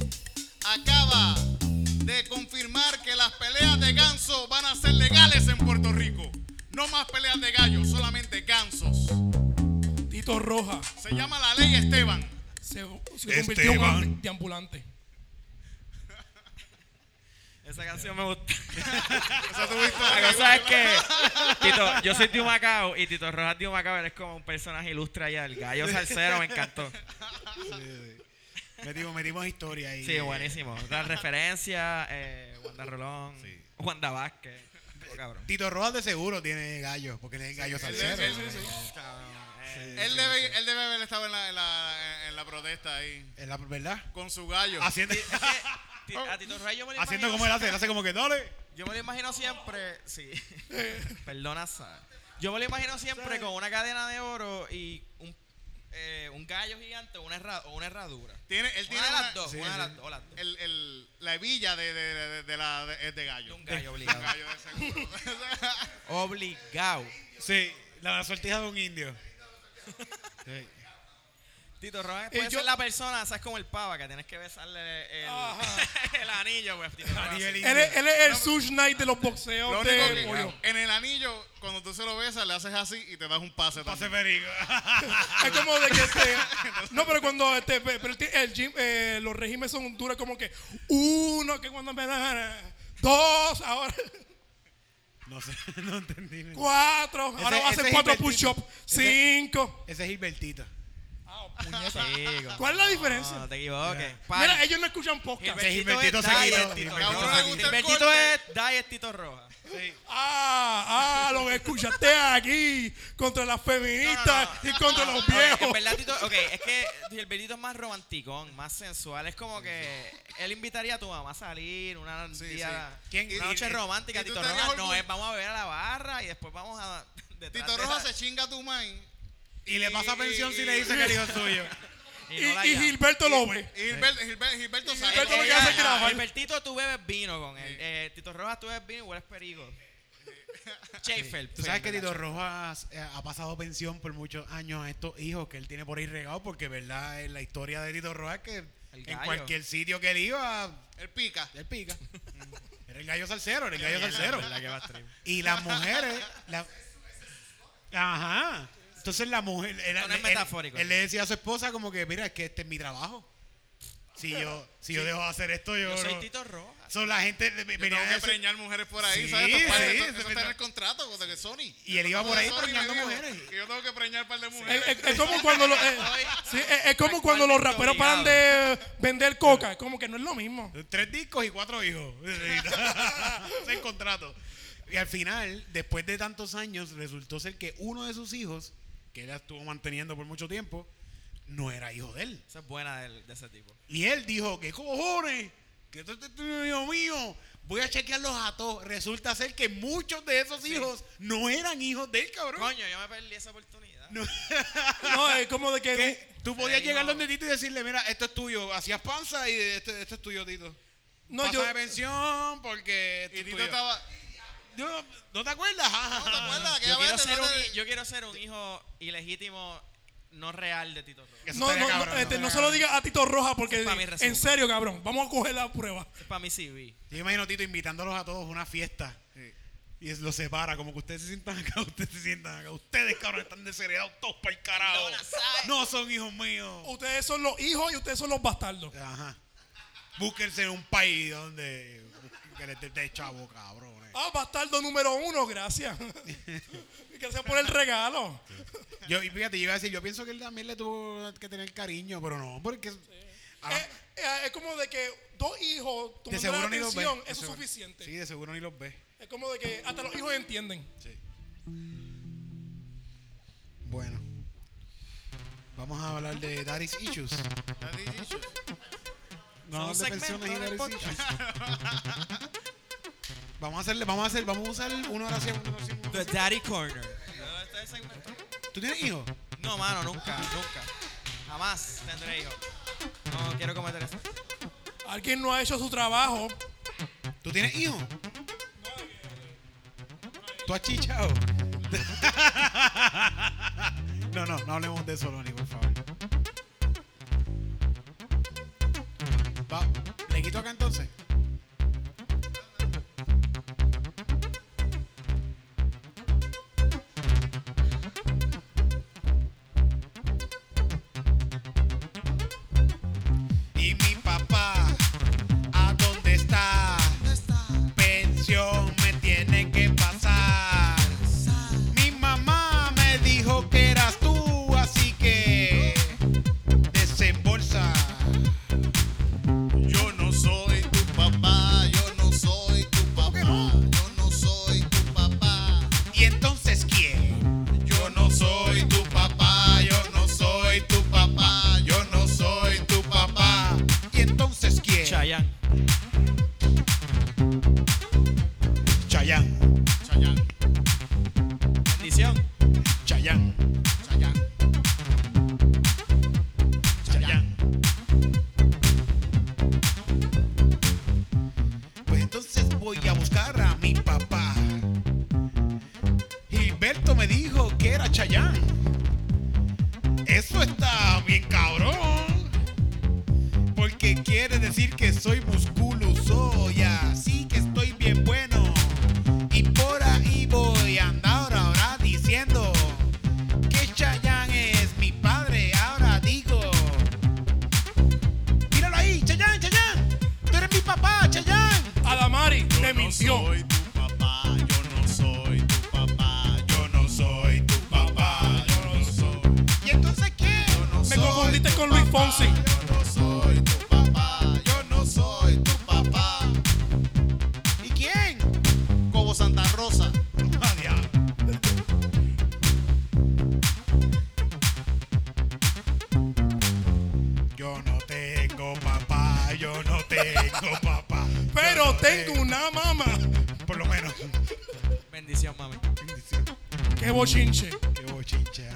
S2: acaba de confirmar que las peleas de ganso van a ser legales en Puerto Rico. No más peleas de gallos, solamente gansos.
S3: Tito Rojas
S2: Se llama la ley Esteban.
S3: se, se convirtió en un
S5: Esteban.
S3: ambi- de ambulante.
S4: Esa canción me gusta.
S2: <laughs> Esa
S4: <laughs>
S2: tuviste-
S4: La cosa es que Tito, yo soy de Humacao y Tito Rojas de Humacao él es como un personaje ilustre allá. El gallo salsero
S2: <laughs>
S4: me encantó.
S1: Metimos, metimos historia ahí.
S4: Sí,
S2: eh,
S4: buenísimo. Las referencias, eh, Wanda Rolón, Wanda Vázquez. Oh, cabrón.
S1: Tito Rojas de seguro tiene gallo, porque él es gallo salsero.
S2: sí, sí, sí.
S4: eh,
S2: Él debe, él debe haber estado en la, en la- en la protesta ahí.
S1: Es la verdad.
S2: Con su gallo.
S5: Ah,
S1: Haciendo,
S4: Es que ti- a Tito Rojas yo me lo
S1: haciendo como él
S4: imagino.
S1: hace, él hace como que dale.
S4: Yo me lo imagino siempre. Sí. Perdona, Sa. Yo me lo imagino siempre con una cadena de oro y un, eh, un gallo gigante o una, herra- o una herradura.
S2: Tiene, él
S4: Una
S2: tiene
S4: de
S2: una-
S4: las dos,
S2: sí,
S4: una de
S2: sí.
S4: las dos, o las dos.
S2: El, el- la hebilla de, de, de, de la de, es de gallo.
S4: Un gallo obligado.
S2: Un gallo de seguro. <laughs>
S4: Obligado.
S1: Sí, la sortija de un indio. Sí.
S4: Tito Rojas puede
S3: Eh, yo-
S4: ser la persona, ¿sabes? Como el pava, que tienes que besarle el, <laughs> el anillo, pues. Tito Rojas.
S1: Anillo,
S4: sí.
S1: el-
S3: Él es, él es el Sush Knight de los boxeos
S2: Lo único
S3: de
S2: que
S3: Pollo.
S2: en el anillo, cuando tú se lo besas, le haces así y te das un pase.
S5: Pase
S2: también.
S5: perico.
S3: Es como de que este, No, pero cuando este, pe- pero ti- el gym, eh, los regímenes son duros, como que uno, que cuando me da- dos, ahora
S1: No sé, <laughs> no entendí.
S3: cuatro, ahora
S1: Ese-
S3: va a hacer
S1: ese
S3: cuatro
S1: Gilbertito.
S3: push-ups,
S1: Ese-
S3: cinco.
S1: Ese es Gilbertito.
S4: Chico,
S3: ¿Cuál es la
S4: No, no
S3: diferencia?
S4: te equivoques.
S3: Mira, ellos no escuchan podcast.
S1: Ese Gilbertito se quitó.
S2: Cabrón, le gusta el
S4: Gilbertito
S2: corte.
S4: es Diet Tito Rojas.
S3: Ah, ah, lo que escuchaste aquí contra las feministas
S4: No, no, no.
S3: y contra los
S4: Ah, Ok, en
S3: viejos.
S4: verdad, Tito- ok, es que Gilbertito es más romanticón, más sensual. Es como que él invitaría a tu mamá a salir una, día-
S2: sí.
S1: ¿Quién-
S4: una
S1: y-
S4: noche
S1: y-
S4: romántica.
S2: y tú
S4: Tito
S2: te
S4: Rojas
S2: orgullo-
S4: no es, vamos a ver a la barra y después vamos a. <laughs> detrás
S2: Tito
S4: de
S2: Rojas
S4: la-
S2: se chinga a tu main
S1: Y le pasa pensión si le dice que el hijo es
S5: <laughs>
S1: suyo.
S4: y no la
S3: Y, y
S4: llama.
S3: Gilberto lo ve.
S2: y Gilberto, Gilberto, Gilberto sabe.
S3: Gilberto
S2: Eh,
S3: lo que
S2: eh,
S3: hace es
S2: eh,
S3: grabar.
S4: Ah, Gilbertito, tú bebes vino con él. Eh, Tito Rojas, tú bebes vino y hueles perigo. Schaefer.
S1: Tú sabes que Tito Rojas eh, ha pasado pensión por muchos años a estos hijos que él tiene por ahí regados, porque verdad es la historia de Tito Rojas que
S4: El
S1: en
S4: gallo.
S1: cualquier sitio que él iba,
S2: Él pica.
S1: él
S4: <laughs>
S1: pica. era el gallo salsero, era el gallo
S4: es
S1: salsero.
S4: verdad que va a stream.
S1: Y las mujeres, la- ajá,
S5: Entonces la mujer. Era,
S4: Esto no es
S5: él-
S4: metafórico.
S5: Él, le decía a su esposa, como que, mira, es que este es mi trabajo. Si yo, si yo dejo de hacer esto, yo.
S4: Yo soy
S5: no-
S4: Tito Rojas.
S5: Son la gente. de-
S2: Yo tengo
S5: venía
S2: que
S5: eso-
S2: preñar mujeres por ahí,
S5: Sí,
S2: ¿sabes? Esto es parte-
S5: sí,
S2: eso-
S5: es
S2: eso está
S5: verdad.
S2: en el contrato de Sony.
S5: Y él iba por ahí
S2: Sony me
S5: preñando
S2: dijo
S5: mujeres.
S2: que yo tengo que preñar un par de
S3: Es,
S2: mujeres.
S3: es- es como cuando los, eh, sí, es, es como cuando los raperos paran de eh, vender coca. Es como que no es lo mismo.
S5: Tres discos y cuatro hijos. <laughs> Seis contratos. Y al final, después de tantos años, resultó ser que uno de sus hijos, que él estuvo manteniendo por mucho tiempo, no era hijo de él.
S4: Esa es buena de, de ese tipo.
S5: Y él dijo, ¿qué cojones? Que esto es testimonio mío. Voy a chequearlos a todos. Resulta ser que muchos de esos hijos no eran hijos del cabrón.
S4: Coño, yo me perdí esa oportunidad.
S5: No.
S3: No, es como de que.
S5: Que Tú podías
S4: Ey,
S5: llegar
S4: no.
S5: donde Tito y decirle, mira, esto es tuyo. Hacías panza y esto, esto es tuyo, Tito.
S3: No,
S5: Pasa
S3: yo.
S5: de pensión porque esto
S2: Y
S5: es
S2: Tito
S5: tuyo.
S2: estaba.
S5: Yo- ¿No te acuerdas?
S2: ¿No te acuerdas?
S4: Yo
S2: Aquella
S4: quiero,
S2: vez
S4: ser
S2: no
S4: un,
S2: te-
S4: hi- yo quiero ser un hijo ilegítimo, no real de Tito Rojas.
S5: Eso
S3: No,
S5: estaría
S3: no, no,
S5: cabrón,
S3: este,
S5: ¿no?
S3: no se lo diga a Tito Roja porque
S4: Eso es pa' mí
S3: en
S4: resumen.
S3: serio, cabrón, vamos a coger la prueba.
S4: Es para mi CV.
S5: <laughs> Yo imagino a Tito invitándolos a todos a una fiesta. Y es- los separa, como que ustedes se sientan acá, <laughs> ustedes se sientan acá. Ustedes, cabrón, están desheredados todos para el carajo. No son hijos míos.
S3: Ustedes son los hijos y ustedes son los bastardos.
S5: Ajá. Búsquense un país donde que les dé chavo, cabrones.
S3: Ah, bastardo número uno, gracias. <laughs> gracias por el regalo.
S5: Yo, y fíjate, yo iba a decir, yo pienso que él también le tuvo que tener cariño, pero no, porque. Ah,
S3: Eh, eh, es como de que dos hijos
S5: de
S3: tomando la
S5: seguro ni los ve. De
S3: atención, eso es
S5: seguro-
S3: suficiente.
S5: Sí, de seguro ni los ve.
S3: Es como de que hasta los hijos entienden.
S5: Bueno. Vamos a hablar de Daddy's Issues.
S2: Daddy Issues.
S5: No,
S4: Son
S5: de personas
S4: segmentos
S5: y Daddy's
S4: del podcast.
S5: Issues. Vamos a hacerle, vamos a hacer, vamos a usar una oración, una oración. una
S4: The
S5: oración.
S4: Daddy Corner. No, este es el segmento.
S5: ¿Tú tienes hijos?
S4: No, mano, nunca, nunca. Jamás tendré hijos. No quiero cometer eso.
S3: Alguien no ha hecho su trabajo.
S5: ¿Tú tienes hijos? ¿Tú has chichado? <laughs> No, no, no hablemos de eso, Loni, por favor. Va, ¿Le quito acá entonces? Y mi papá, ¿a dónde está? Pensión me tiene que pasar. Mi mamá me dijo que eras tú, así que desembolsa.
S2: Yo no soy tu papá, yo no soy tu papá, yo no soy tu papá,
S5: ¿Y entonces quién?
S2: yo no soy tu papá, yo no soy tu papá, yo no soy tu papá.
S5: ¿Y entonces quién?
S4: Chayanne.
S5: Chayán,
S2: Chayanne,
S4: Bendición.
S5: Chayán,
S2: Chayanne,
S5: Chayán. Pues entonces voy a buscar a mi papá. Gilberto me dijo que era Chayán. Eso está bien cabrón. Porque quiere decir que soy musculoso y así que estoy bien bueno. Y por ahí voy a andar ahora diciendo que Chayán es mi padre. Ahora digo, míralo ahí, Chayán, Chayán. Tú eres mi papá, Chayán.
S3: Adamari
S2: yo
S3: te
S2: no
S3: mintió.
S2: soy tu papá, yo no soy tu papá, yo no soy tu papá, yo no soy.
S5: ¿Y entonces qué?
S3: Me confundiste con Luis Fonsi.
S2: Yo no soy tu papá, yo no soy tu papá.
S5: ¿Y quién?
S2: Cobo Santa Rosa.
S5: Yo no tengo papá, yo no tengo papá. Yo
S3: Pero
S5: no
S3: tengo una mamá.
S5: Por lo menos.
S4: Bendición, mami.
S3: Qué bochinche.
S5: Qué ¿ah? bochincha.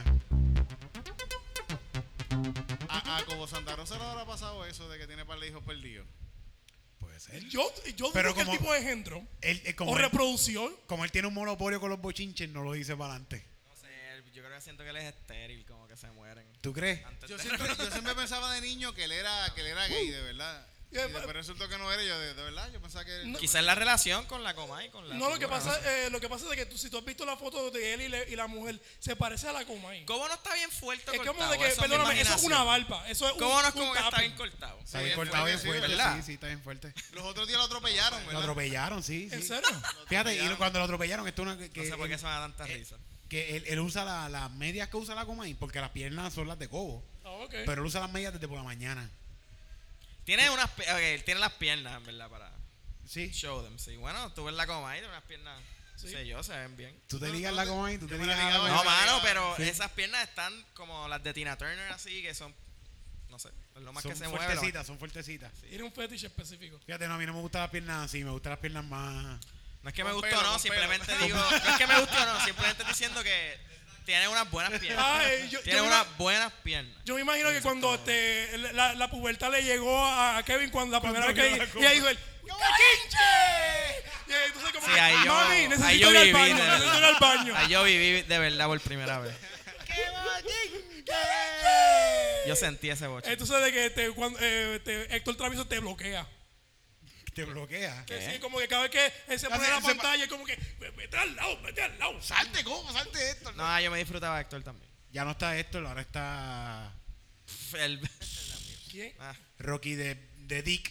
S2: A, a Cobo Santa Rosa le habrá pasado eso de que tiene par de hijos perdidos.
S5: Puede ser.
S3: Yo, yo
S5: Pero
S3: digo que el
S5: como-
S3: tipo de engendro
S5: Él, él-
S3: o
S5: como, él,
S3: reproducción.
S5: como él tiene un monopolio con los bochinches, no lo dice para adelante.
S4: No sé, yo creo que siento que él es estéril, como que se mueren.
S5: ¿Tú crees?
S4: Antes
S2: Yo
S4: de-
S2: siempre, yo siempre pensaba de niño que él era que él era gay, de verdad.
S5: Uh,
S2: Y después- pero resultó que no era yo, de, de verdad, yo pensaba que...
S3: No.
S4: Quizás la relación con la coma y con la.
S3: No, lo que
S4: figura,
S3: pasa,
S4: sé.
S3: eh, lo que pasa es que tú, si tú has visto la foto de él y, le- y la mujer, se parece a la Comay.
S4: ¿Cómo no está bien fuerte?
S3: Es como
S4: cortado?
S3: de que,
S4: Eso es mi
S3: perdóname, eso es una
S4: imaginación.
S3: barba. Eso es un,
S4: ¿Cómo no es
S3: un
S4: como que está
S3: tapping.
S4: bien cortado?
S2: Sí, bien fuerte, sí,
S4: ¿verdad?
S5: Sí, sí, está bien fuerte.
S2: Los otros días lo atropellaron,
S5: Lo
S2: ¿verdad?
S5: atropellaron, sí.
S3: ¿En
S5: sí.
S4: <laughs>
S3: serio?
S5: Fíjate, y lo- cuando lo atropellaron, esto no, que,
S4: No sé por
S5: él-
S4: qué se me da tanta risa.
S5: que él, él usa la- las medias que usa la Comay, porque las piernas son las de Cobo.
S3: Ah, ok.
S5: Pero él usa las medias desde por la mañana.
S4: Tiene unas pi- ok, él tiene las piernas, en verdad, para
S5: Sí.
S4: show them. Sí, bueno, tú ves la coma y tiene unas piernas, no sé yo, se ven bien.
S5: Tú te ligas la Comay, tú
S2: Yo
S5: te
S2: me la
S5: ligas a la
S2: ligaba
S5: Comay.
S2: yo.
S4: No, mano,
S2: diga-
S4: pero
S5: Sí.
S4: esas piernas están como las de Tina Turner, así que son, no sé, es lo más
S5: Son
S4: que se mueve. lo-
S5: fuertecitas, son fuertecitas.
S3: Tiene un fetiche específico.
S5: Fíjate, no, a mí no me gustan las piernas así, me gustan las piernas más.
S4: No es que me
S2: Con
S4: gustó,
S2: pelo,
S4: no,
S2: con
S4: simplemente
S2: pelo.
S4: digo, no es que me gustó, no, simplemente diciendo que tiene unas buenas piernas.
S3: Ay, yo-
S4: tiene
S3: yo me
S4: unas
S3: ima-
S4: buenas piernas.
S3: Yo me imagino que cuando este, la, la pubertad le llegó a Kevin cuando la primera
S5: Cuando
S3: vez
S5: vio
S3: que
S5: la
S3: y
S5: Comay.
S3: ahí dijo él, ¡Cachinche! Y ahí entonces como,
S4: Sí, ahí yo-
S3: mami,
S4: ahí
S3: necesito
S4: yo
S3: ir al
S4: viví,
S3: baño,
S4: de
S3: necesito ir
S4: verdad.
S3: al baño.
S4: Ay, yo viví de verdad por primera vez. Yo sentí ese boche.
S3: Entonces de que este, cuando, eh, este, Héctor Travieso te bloquea.
S5: Te bloquea.
S3: Que sí, como que cada vez que él se pone en la
S5: se pa-
S3: pantalla es como que, vete al lado, vete al lado, sal.
S2: Salte, ¿cómo? Salte esto. ¿no?
S4: No, ah, yo me disfrutaba de Héctor también.
S5: Ya no está esto, ahora está
S4: Pff, el-
S3: ¿Quién?
S4: ah,
S5: Rocky de, de Dick.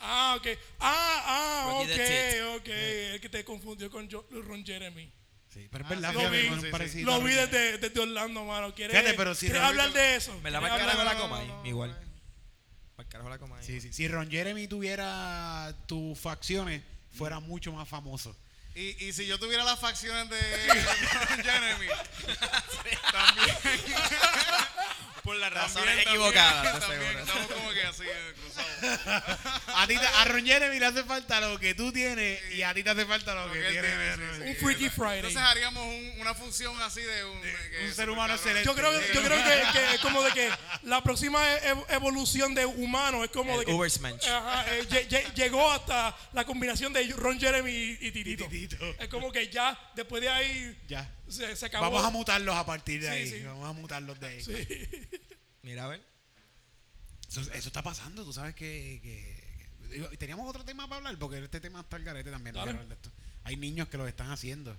S3: Ah, ok. Ah, ah, ok,
S4: Rocky the Tit.
S3: ok. El que te confundió con Jo- Ron Jeremy.
S5: Sí, pero es verdad,
S3: sí,
S5: fíjate,
S3: lo vi,
S5: con un
S2: sí, sí.
S5: parecito a
S3: Lo vi
S5: Rocky.
S3: desde, desde Orlando, mano. ¿Quieres,
S5: Fíjate, pero si
S3: ¿quieres
S5: realmente-
S3: hablar de eso?
S4: Me la va
S3: ¿Quieres
S4: a
S3: hablar
S4: carajo
S3: de-
S4: la coma ahí, igual. Para el carajo la coma ahí.
S5: Sí, sí. Si Ron Jeremy tuviera tus facciones, fuera mucho más famoso.
S2: Y, y si yo tuviera las facciones de Jeremy, también. Por las
S4: razones equivocadas, de
S2: También,
S4: seguro.
S2: estamos como que así, eh, cruzados.
S5: A, ti te- a Ron Jeremy le hace falta lo que tú tienes y a ti te hace falta lo,
S2: Lo
S5: que,
S2: que él
S5: tiene.
S2: tiene, sí,
S5: Ron
S2: sí.
S5: Jeremy.
S3: Un Freaky Friday.
S2: Entonces haríamos un- una función así de un, de que
S5: un ser humano
S2: supercabrón.
S5: excelente.
S3: Yo creo, yo creo que, que es como de que la próxima ev- evolución de humano es como
S4: El
S3: de que.
S4: Ubersmensch.
S3: Ajá, eh, lle- lle- llegó hasta la combinación de Ron Jeremy y, y Titito.
S5: Y Titito.
S3: Es como que ya, después de ahí,
S5: Ya.
S3: se, se acabó.
S5: Vamos a mutarlos a partir de
S3: Sí,
S5: ahí.
S3: sí.
S5: Vamos a mutarlos de ahí.
S3: Sí.
S4: Mira, a ver.
S5: Eso, eso está pasando, tú sabes que, que- que- digo, teníamos otro tema para hablar, porque este tema está el garete también. no
S3: Dale.
S5: quiero hablar de esto. Hay niños que lo están haciendo.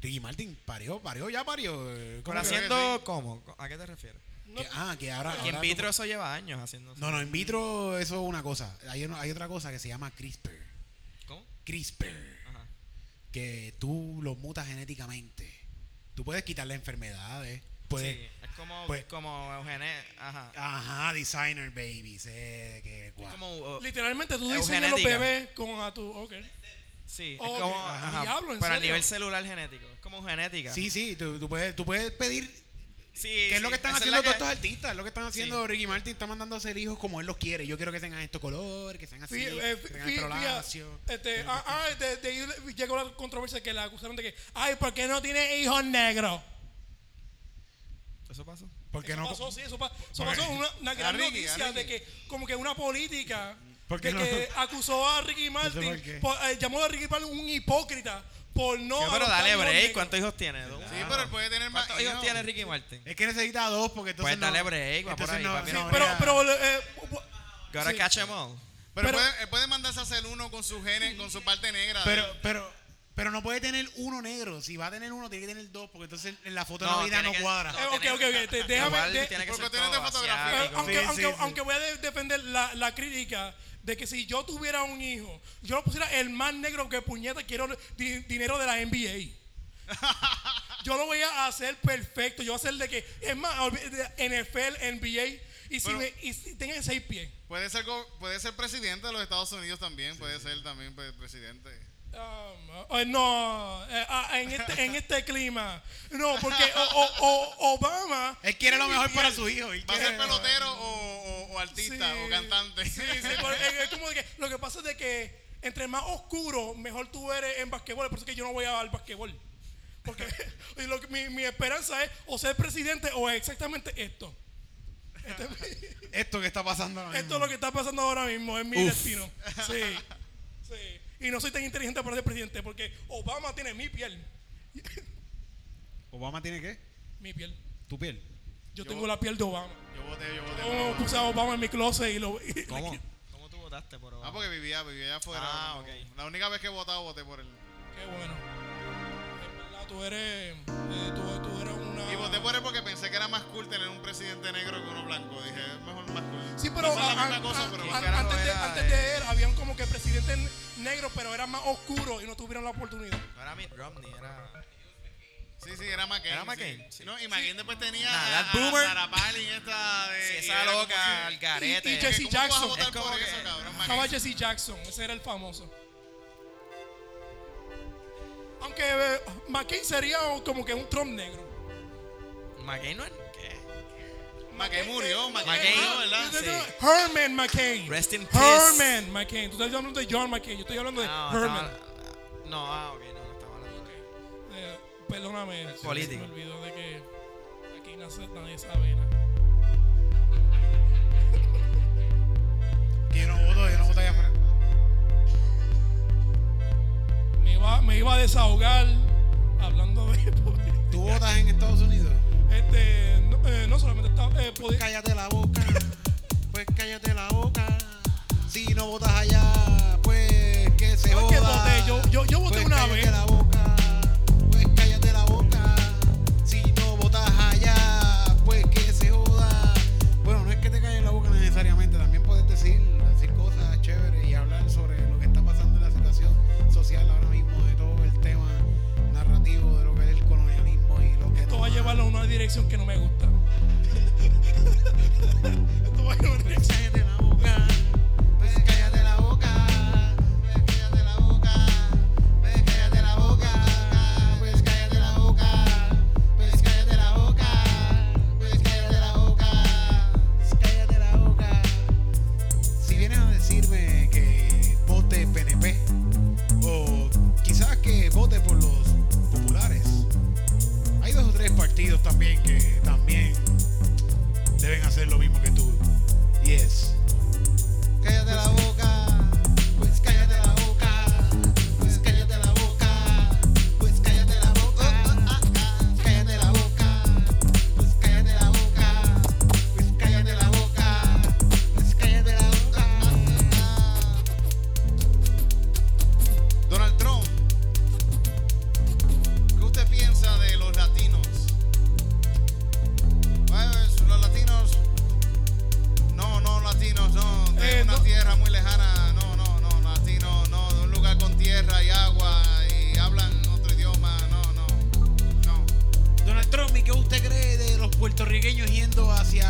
S5: Ricky Martin parió, parió, ya parió. eh, ¿cómo
S4: ¿Pero
S5: que-
S4: haciendo cómo? ¿A qué te refieres?
S5: que- ah, que ahora.
S4: Que in
S5: ahora
S4: vitro eso lleva años haciendo.
S5: No, no, in vitro eso es una cosa. Hay, una- hay otra cosa que se llama CRISPR.
S4: ¿Cómo?
S5: CRISPR.
S4: Ajá.
S5: Que tú lo mutas genéticamente. Tú puedes quitarle enfermedades. Puedes,
S4: sí, es como,
S5: pues-
S4: como Eugene, ajá.
S5: Ajá, designer babies. eh, que,
S4: Es
S5: guau.
S4: como, oh,
S3: Literalmente tú diseñas los
S4: Eugenética.
S3: bebés con a tu. Ok.
S4: sí, es
S3: Ok.
S4: como,
S3: Ajá.
S4: ajá,
S3: Diablo, ¿en
S4: pero a
S3: serio?
S4: nivel celular genético, es como genética.
S5: Sí, sí, tú, tú puedes, tú puedes pedir
S4: sí
S5: ¿Qué es lo
S4: sí,
S5: que están
S4: esa
S5: haciendo
S4: la
S5: todos
S4: que-
S5: estos artistas? Es lo que están haciendo
S4: Sí.
S5: Ricky Martin. Está mandando a hacer hijos como él los quiere. Yo quiero que tengan estos colores, que sean así,
S3: Fí-
S5: que
S3: eh, fí-
S5: tengan el pelo
S3: fí-
S5: lacio.
S3: este, ah, ah, de- de ahí llegó la controversia que la acusaron de que, ay, ¿por qué no tiene hijos negros?
S4: ¿Eso pasó?
S5: Porque
S3: Eso
S5: no,
S3: pasó, sí, eso, pa- eso pasó una, una gran
S2: Ricky, a
S3: noticia de
S2: Ricky.
S3: que como que una política
S5: ¿Por
S3: de
S5: qué no?
S3: que acusó
S5: <laughs>
S3: a Ricky
S5: No sé
S3: Martin,
S5: por qué.
S3: por- eh, llamó a Ricky Martin un hipócrita por no...
S4: Sí, pero
S3: adoptar
S4: dale
S3: hijos
S4: break,
S3: negros.
S4: ¿cuántos hijos tiene? Dos.
S2: Sí, pero él puede tener más.
S4: ¿Cuántos hijos tiene Ricky Martin?
S5: es que necesita dos porque entonces
S4: Pues dale
S5: no-
S4: break, va por
S5: entonces
S4: ahí,
S5: no-
S4: papi,
S5: sí,
S4: no
S3: Pero,
S5: break.
S3: pero... eh, bu-
S4: Que ahora
S3: sí.
S4: catch em all.
S2: Pero,
S3: Pero-
S2: puede, él puede mandarse a hacer uno con su genes, con su parte negra.
S5: pero, pero, pero no puede tener uno negro. Si va a tener uno, tiene que tener dos porque entonces en la foto de
S4: No,
S5: la vida
S4: tiene
S5: no
S4: que-
S5: cuadra.
S4: no,
S3: Eh, ok,
S4: tiene-
S3: ok, ok, te- déjame-
S4: Igual
S3: de-
S4: tiene que
S2: por
S4: ser
S2: cuestiones
S4: todo
S2: de fotografía,
S4: asiático.
S3: Eh, aunque,
S5: Sí,
S3: aunque,
S5: sí, sí.
S3: aunque voy a de- defender la, la crítica de que si yo tuviera un hijo, yo lo pusiera el más negro que puñeta, quiero di- dinero de la NBA.
S5: <laughs>
S3: yo lo voy a hacer perfecto, yo voy a hacer de que, es más, olvi- de NFL, NBA, y si,
S2: Bueno.
S3: me, y si tenga seis pies.
S2: puede, ser, go- puede ser presidente de los Estados Unidos también. Puede ser también pues, presidente.
S3: Um, eh, no, eh, ah, en, este, en este clima. No, porque o- o- o- Obama
S5: Él quiere lo mejor para su hijo. él
S2: ¿Va a
S5: quiere-
S2: ser pelotero o, o- o artista
S3: Sí.
S2: o cantante?
S3: Sí,
S2: <laughs>
S3: sí, por- es, es como de que lo que pasa es de que entre más oscuro, mejor tú eres en basquetbol. Por eso es que yo no voy al basquetbol. Porque <laughs> y lo que- mi, mi esperanza es o ser presidente o exactamente esto. Este es mi- <laughs>
S5: Esto que está pasando ahora
S3: esto
S5: mismo.
S3: es lo que está pasando ahora mismo, es mi
S4: Uf.
S3: destino. Sí, sí. Y no soy tan inteligente para ser presidente porque Obama tiene mi piel.
S5: Obama tiene qué?
S3: Mi piel.
S5: Tu piel.
S3: Yo, tengo la piel de Obama. Oh,
S2: Yo voté, yo voté.
S3: Yo puse a Obama en mi closet y lo... y-
S4: ¿Cómo? votaste por Obama?
S2: Ah, porque vivía, vivía allá afuera.
S4: Ah,
S2: No,
S4: ok.
S2: La única vez que he votado, voté por él.
S3: Qué bueno. En verdad, tú eres. eh, tú, tú eres una.
S2: Y voté por él porque pensé que era más cool tener un presidente negro que uno blanco. Dije, es mejor más cool.
S3: Sí, pero,
S2: No son la
S3: a-
S2: misma
S3: a-
S2: cosa,
S3: a-
S2: pero
S3: a-
S2: más
S4: carajo
S3: antes, de,
S4: era,
S3: antes de él habían como que presidentes negros, pero eran más oscuros y no tuvieron la oportunidad.
S4: No era Mitt Romney, era.
S2: Sí, sí, era McCain.
S4: Era
S2: sí.
S4: McCain, sí.
S2: No, y McCain después tenía
S4: Nah,
S2: a,
S4: that
S2: a
S4: boomer.
S2: Sarah Palin esta de...
S4: Sí,
S2: y
S4: esa
S2: era como
S4: loca,
S2: que-
S4: al garete.
S3: y- y Jesse-
S2: ¿Cómo tú vas a
S3: Jackson.
S2: votar
S4: Es como
S2: por
S4: que- Ah,
S2: eso, cabrón?
S3: Estaba
S2: McCain.
S3: Jesse Jackson, ese era el famoso. Aunque eh, McCain sería como que un Trump negro.
S4: McCain no es. ¿Qué?
S2: McCain murió,
S3: eh,
S2: McCain murió, ¿verdad?
S3: No, no, no,
S4: Sí.
S3: Herman McCain.
S4: Rest in peace. Ah,
S3: Herman McCain. Tú estás hablando de John McCain. Yo estoy hablando de
S4: No,
S3: Herman.
S4: estaba- No, ah, ok, no, no estaba hablando. de-
S3: Eh, perdóname. se
S4: político.
S3: Me olvidó de que aquí nace- nadie sabe nada.
S5: Que yo no voto, yo no voto allá afuera.
S3: Me iba, me iba a desahogar hablando de <laughs> política.
S5: ¿Tú votas en Estados Unidos?
S3: Este, no, eh, no solamente está, eh, podi-
S5: Cállate la boca, pues cállate la boca. Si no votas allá, pues que se
S3: ¿Sabes qué
S5: joda.
S3: voté? Yo- yo- yo voté
S5: Pues
S3: una
S5: cállate
S3: vez.
S5: la boca, pues cállate la boca. Si no votas allá, pues que se joda. Bueno, no es que te calles la boca necesariamente, también puedes decir, decir cosas chéveres y hablar sobre lo que está pasando en la situación social ahora mismo, de todo el tema narrativo de lo que es el colonialismo y lo que
S3: Esto va a llevarlo a una dirección que no me gusta. Esto va a llevar a una dirección.
S5: Cállate la boca, pues cállate la boca, pues cállate la boca, pues cállate la boca, pues cállate la boca, pues cállate la boca, pues cállate la boca, pues cállate la boca. Si vienes a decirme que vote PNP, o quizás que vote por los populares, hay dos o tres partidos también que también deben hacer lo mismo que tú. Y es. Cállate la boca, pues cállate la boca, pues cállate la boca, pues cállate la boca, cállate la boca, pues cállate la boca, pues cállate la boca, pues cállate la boca.
S2: Donald Trump, ¿qué usted piensa de los latinos? Pues, los latinos, no, no latinos, no, de
S3: Eh,
S2: una
S3: no.
S2: tierra muy lejana, no, no, no, latinos, no, de un lugar con tierra y agua y hablan otro idioma, no, no, no.
S5: Donald Trump, ¿y qué usted cree de los puertorriqueños yendo hacia.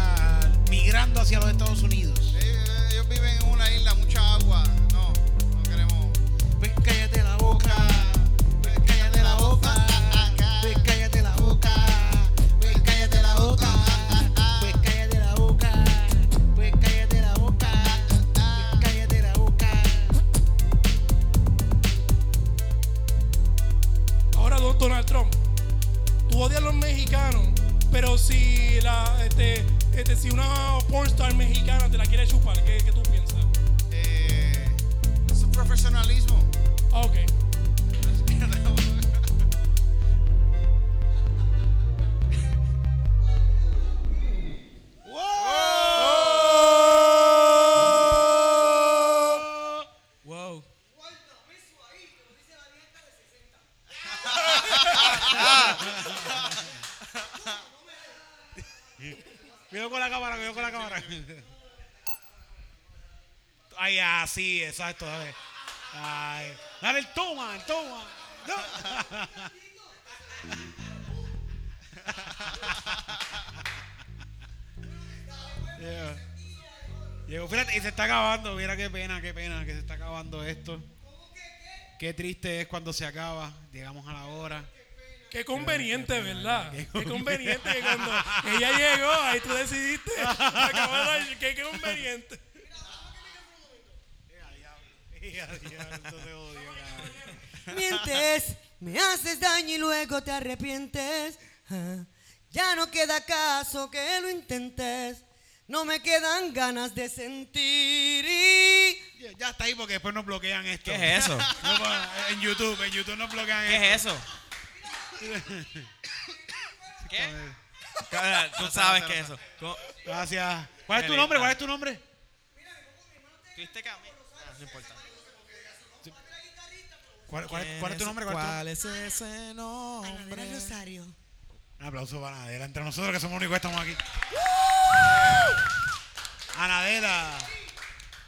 S5: migrando hacia los Estados Unidos?
S2: Ellos, ellos viven en una isla, mucha agua, no, no queremos.
S5: Pues cállate la boca, pues cállate la boca, pues cállate la boca, pues cállate la boca, pues cállate la boca, pues cállate la boca, pues cállate la boca.
S3: Ahora don Donald Trump. Tú odias a los mexicanos, pero si la este, este, si una pornstar mexicana te la quiere chupar, ¿qué, qué tú piensas?
S2: Eh, eso es profesionalismo.
S3: Ah, ok. Wow.
S5: Cuidado con la cámara, cuidado con la cámara. Ay, así, exacto. Dale, Ay, dale el toma, el toma. <laughs> Llegó. Llegó, fíjate, y se está acabando. Mira qué pena, qué pena que se está acabando esto. Qué triste es cuando se acaba. Llegamos a la hora.
S3: Qué conveniente, ¿verdad?
S5: qué
S3: Qué conveniente que cuando ella llegó, ahí tú decidiste acabar. la- Qué qué conveniente.
S8: Mientes, me haces daño y luego te arrepientes. Ah, Ya no queda caso que lo intentes. No me quedan ganas de sentir. y-
S5: Ya, ya está ahí porque después nos bloquean esto.
S4: ¿Qué es eso?
S5: No, pa- en YouTube, en YouTube nos bloquean esto.
S4: ¿Qué es eso? ¿Qué? Tú sabes que eso. ¿Cómo?
S5: Gracias. ¿Cuál es
S4: Qué
S5: tu nombre?
S4: linda.
S5: ¿Cuál es tu nombre?
S4: Tuviste que a mí. Ah, No importa.
S5: ¿Cuál, cuál- cuál es tu nombre? ¿Cuál es tu-
S4: es ese
S8: Anadela
S4: nombre?
S8: Rosario.
S5: Un aplauso para Anadela. Entre nosotros que somos los únicos que estamos aquí. Anadela.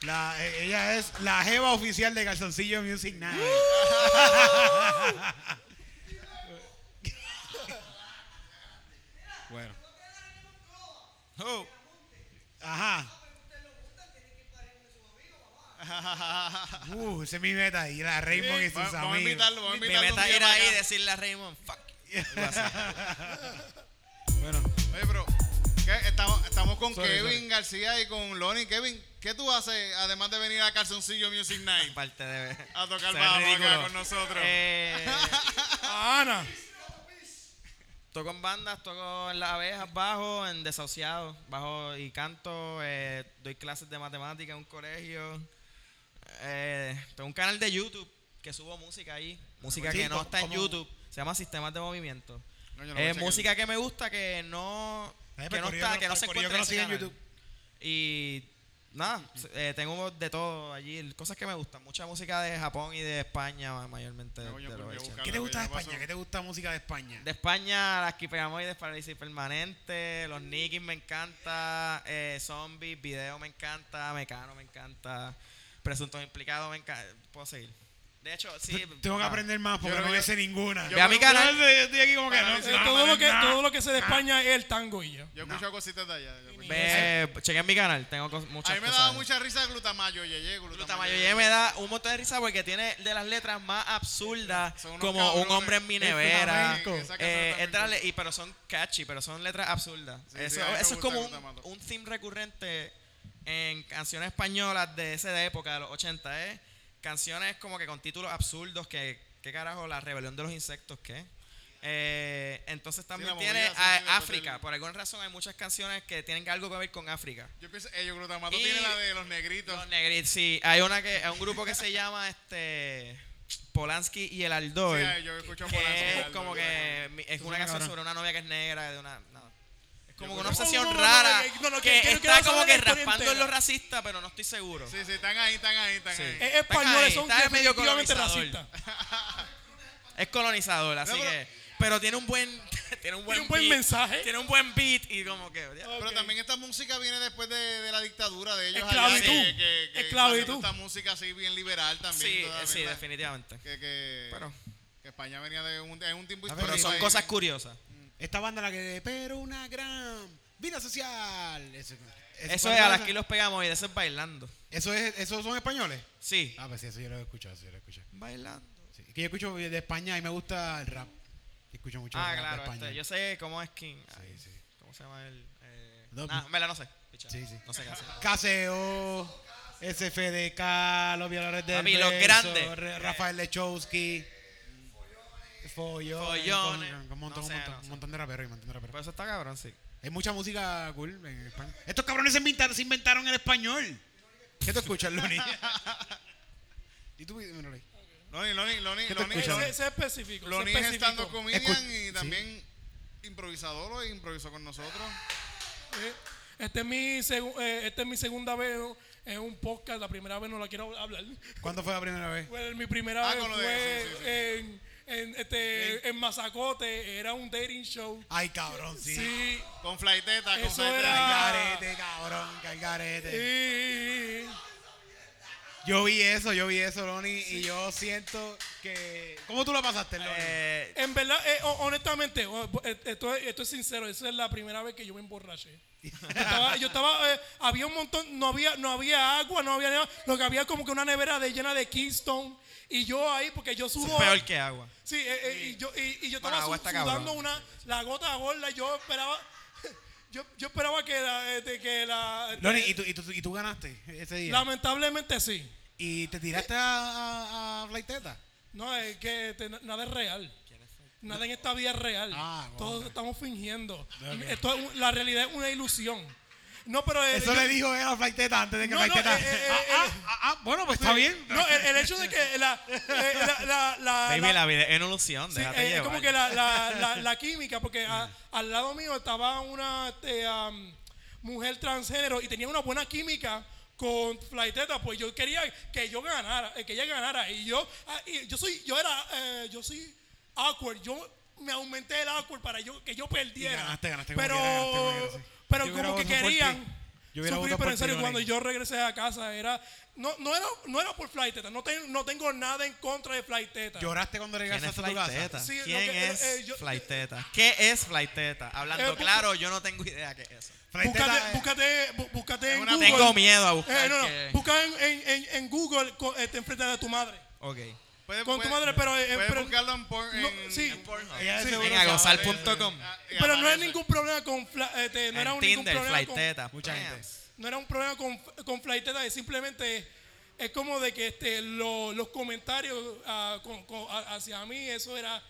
S5: la- eh, ella es la jeva oficial de Calzoncillo Music Night. <laughs> bueno.
S4: Oh,
S5: Ajá. <laughs> Uh, esa es mi meta. Y la Raymond y sus
S2: Vamos a
S5: amigos.
S2: invitarlo, vamos a
S4: mi
S2: invitarlo.
S4: meta
S2: un día
S4: es ir
S2: para
S4: ahí y
S2: acá.
S4: decirle a Raymond, fuck. Algo así.
S5: Bueno,
S2: Oye, pero ¿qué? Estamos, estamos con
S5: Sorry,
S2: Kevin
S5: sorry.
S2: García y con Lonnie. Kevin, ¿qué tú haces además de venir a Calzoncillo Music Night?
S4: Parte de.
S2: A tocar
S4: Ser
S2: bajo acá
S4: ridículo.
S2: con nosotros.
S4: Eh,
S3: A Ana.
S4: toco en bandas, toco en las abejas, bajo, en desahuciados, bajo y canto. eh, doy clases de matemática en un colegio. Eh, tengo un canal de YouTube que subo música ahí. Música
S5: Sí,
S4: que no
S5: ¿cómo-
S4: está en
S5: cómo?
S4: YouTube. Se llama Sistemas de Movimiento.
S2: Coño, lo voy a
S4: Eh,
S2: chequear.
S4: música que me gusta que no,
S5: Ay,
S4: que
S5: pero
S4: no
S5: Corillo
S4: está,
S5: no-
S4: que no se
S5: Corillo que no
S4: encuentra en ese
S5: sigue en
S4: canal.
S5: YouTube.
S4: Y nada, se- eh, tengo de todo allí, cosas que me gustan. Mucha música de Japón y de España ma- mayormente.
S2: Me
S4: de-
S2: voy a
S4: de los
S2: poner a
S4: 80.
S2: buscar.
S5: ¿qué te gusta de
S2: Ya pasó.
S5: España? ¿Qué te gusta música de España?
S4: De España, las Kipeamoides, Parálisis Permanente, los Nikis me encanta, eh, Zombies, Video me encanta, Mecano me encanta, Presuntos Implicados me encanta. Puedo seguir. De hecho, sí.
S5: Tengo que
S4: ah,
S5: aprender más porque
S2: Yo
S5: no
S2: creo
S5: me
S2: que-
S5: sé ninguna.
S4: Ve a mi canal.
S5: Yo estoy aquí como que no.
S2: Parálisis.
S5: no,
S3: Eh,
S5: no,
S3: todo,
S5: no,
S3: lo que,
S5: no.
S3: todo lo que se de España es el tango y ya.
S2: Yo he escuchado cositas de allá. yo he escuchado.
S4: Ve, chequen mi canal, tengo cos-
S2: A
S4: muchas
S2: mí me
S4: cosas.
S2: daba mucha risa Glutamayo, Yeye.
S4: Glutamayo Yeye me da un montón de risa porque tiene de las letras más absurdas,
S2: Son unos
S4: como
S2: cabrones.
S4: un hombre en mi
S2: Es
S4: nevera.
S2: flamenco. Esa canción
S4: Eh,
S2: está
S4: estas
S2: muy
S4: le- y, pero son catchy, pero son letras absurdas.
S2: Sí, sí,
S4: eso
S2: a mí me
S4: eso es
S2: gusta
S4: como un,
S2: Glutamato.
S4: un theme recurrente en canciones españolas de esa época, de los 80, ¿eh? Canciones como que con títulos absurdos, que, ¿qué carajo? La rebelión de los insectos, ¿qué? Eh, entonces también
S2: la
S4: tiene
S2: movida así
S4: a-
S2: de
S4: África.
S2: hotel.
S4: Por alguna razón hay muchas canciones que tienen algo que ver con África.
S2: Yo pienso, ellos Glutamato
S4: Y-
S2: tiene la de los negritos.
S4: Los negritos, sí. Hay una que, hay un grupo que se llama este Polanski y el Ardor.
S2: Sí, yo escucho
S4: que
S2: Polanski y el
S4: es
S2: Ardor,
S4: como que mi- es una canción sobre una novia que es negra de una. no. Es como que una
S3: No, no,
S4: obsesión
S3: no, no,
S4: rara
S3: no, no, no,
S4: que,
S3: que- que- que
S4: está
S3: no
S4: como
S3: sabe
S4: que
S3: la historia
S4: raspando en
S3: entera.
S4: lo racista, pero no estoy seguro.
S2: Sí, sí, están ahí, están ahí, están
S4: Sí.
S2: ahí.
S3: Es españoles son
S4: Está ahí, está medio
S3: definitivamente
S4: colonizador.
S3: racistas.
S4: Es colonizador, así
S2: No, pero-
S4: que. Pero tiene un buen, <laughs> tiene un buen,
S3: un buen
S4: beat,
S3: mensaje.
S4: Tiene un buen beat y como que.
S2: Pero
S3: Ok.
S2: también esta música viene después de, de la dictadura de ellos.
S3: Esclavitud.
S2: allá, que- que- que
S3: Esclavitud.
S2: hicieron Esta música así bien liberal también.
S4: Sí,
S2: toda la
S4: sí,
S2: mierda.
S4: definitivamente.
S2: Que, que,
S4: Pero-
S2: que España venía de un, es un tiempo histórico.
S4: Ah, Pero son
S2: ahí.
S4: cosas curiosas.
S5: Esta banda la que. Pero una gran vida social. Eso, eso-
S4: Eso es a las que los pegamos y de eso es bailando.
S5: Eso es, esos son españoles.
S4: Sí.
S5: Ah, pues sí, eso yo lo he escuchado, eso yo lo he escuchado.
S4: Bailando.
S5: Sí, es que yo escucho de España y me gusta el rap. Yo escucho mucho
S4: Ah,
S5: rap
S4: claro.
S5: de España.
S4: este, yo sé cómo es King. Ay,
S5: sí.
S4: ¿Cómo se llama él? Eh,
S5: No,
S4: nah,
S5: pues-
S4: vela, no sé. picha.
S5: Sí, sí.
S4: No sé qué
S3: <laughs>
S4: hace.
S5: Caseo, SFDK, los violadores del
S4: Papi, los
S5: verso,
S4: grandes.
S5: Re- Rafael Lechowski, Follones,
S4: Follones.
S5: con- con un montón,
S4: No sé,
S5: un montón,
S4: no sé.
S5: un montón de raperos, y un montón de raperos.
S4: Pero eso está cabrón, sí.
S5: Hay mucha música cool en España. Estos cabrones se inventaron, se inventaron el español. ¿Qué tú escuchas, Loni? ¿Y tú, Manolo?
S2: Loni, Loni, Loni,
S5: ¿Qué te
S2: Loni,
S5: escuchas?
S2: Loni,
S3: Ese, ese es específico. ese
S2: Loni
S3: es
S2: es
S3: específico.
S2: estando comedian
S5: Escu-
S2: y también improvisador o improvisó con nosotros.
S3: Eh, Este es mi, segu- eh, este es mi segunda vez en un podcast. La primera vez no la quiero hablar. <laughs>
S5: ¿Cuándo fue la primera vez?
S3: Bueno, mi primera
S2: Ah,
S3: vez
S2: con lo
S3: fue
S2: de- sí, sí, sí.
S3: En, en, este, en Mazacote. Era un dating show.
S5: Ay, cabrón, Ah, sí.
S3: Sí.
S2: Con Flaiteta, con
S3: Eso
S5: Ah.
S2: Flaiteta.
S3: era-
S5: Calgarete, cabrón, calgarete.
S3: Y-
S5: Yo vi eso, yo vi eso, Loni, y yo siento que... ¿Cómo tú la pasaste, Loni?
S4: Eh,
S3: En verdad, eh, ho- honestamente, ho- eh, esto, es- esto es sincero, esa es la primera vez que yo me emborraché. Yo estaba, yo estaba, eh, había un montón, no había, no había agua, no había nada, lo que había como que una nevera de, llena de Kingston y yo ahí, porque yo
S4: eso
S3: sudo.
S4: es peor que agua.
S3: Sí, eh, eh, y yo, y, y yo
S4: Bueno,
S3: estaba
S4: agua
S3: su-
S4: está
S3: sudando
S4: cabrón.
S3: una, la gota gorda, y yo esperaba, <laughs> yo, yo esperaba que la, este, que la, este,
S5: Loni, ¿y tú, y, tú, y tú ganaste ese día.
S3: lamentablemente sí,
S5: Y te tiraste a, a, a Flaiteta.
S3: no, es que este, na- nada es real. Nada en esta vida es real.
S5: Ah,
S3: Todos
S5: ok.
S3: estamos fingiendo. Esto es un- la realidad es una ilusión. No, pero el,
S5: Eso
S3: Eh, yo-
S5: le dijo él a Flaiteta antes de que
S3: No, no,
S5: Flaiteta.
S3: eh, eh,
S5: ah,
S3: eh,
S5: ah,
S3: eh.
S5: ah, ah, bueno, pues está bien.
S3: No, el, el hecho de que la, eh, la, la- la-
S4: Baby,
S3: la-
S4: la vida es una ilusión.
S3: sí,
S4: déjate
S3: eh, es
S4: llevar.
S3: como que la, la- la- la química, porque a- al lado mío estaba una este, am, mujer transgénero y tenía una buena química con Flaiteta, pues yo quería que yo ganara, eh, que ella ganara. Y yo, ah, y yo soy, yo era, eh, yo soy awkward. Yo me aumenté el awkward para yo, que yo perdiera.
S5: Y ganaste, ganaste, como
S3: pero,
S5: quiera, ganaste, como quiera, sí.
S3: pero
S5: Yo hubiera
S3: como que
S5: votado por ti.
S3: querían.
S5: Yo hubiera
S3: sufrir,
S5: votado
S3: pero
S5: por
S3: en
S5: ti,
S3: serio, cuando
S5: Donnie.
S3: yo regresé a casa, era. No, no, era, no era por Flaiteta, no, ten- no tengo nada en contra de Flaiteta.
S5: Lloraste cuando
S4: ¿Quién es
S5: regresaste a tu
S4: Flaiteta?
S5: casa.
S3: Sí, lo
S4: ¿Quién
S3: que- eh,
S4: es
S3: eh, yo- <laughs>
S4: Flaiteta? ¿Qué es Flaiteta?
S3: Eh,
S4: Hablando
S3: bu-
S4: claro, yo no tengo idea qué es eso.
S5: Flaiteta, eh,
S3: Búscate, búscate, bú- búscate en
S4: una-
S3: Google.
S4: Tengo miedo a buscar
S3: Eh, no, no.
S4: que-
S3: Busca en, en- en- en Google co- este, enfrente de tu madre.
S4: Ok.
S2: Puedes-
S3: Con tu
S2: puedes-
S3: madre, pero, eh,
S2: puedes
S3: pero-
S2: buscarlo en, por,
S3: No,
S2: en-
S3: sí.
S2: en Pornhub.
S5: ella
S3: Sí.
S5: seguro
S4: Venga,
S5: sabe.
S4: gozar.com.
S2: Ah, y
S3: Pero no es
S2: aparece.
S3: ningún problema con Fla- este, no era
S4: En
S3: un ningún
S4: Tinder,
S3: problema con-
S4: Flaiteta.
S5: Mucha
S4: Damn.
S5: gente.
S3: no era un problema con, con Flaiteta, es simplemente es como de que este, lo- los comentarios ah, con- con- a- hacia mí, eso era.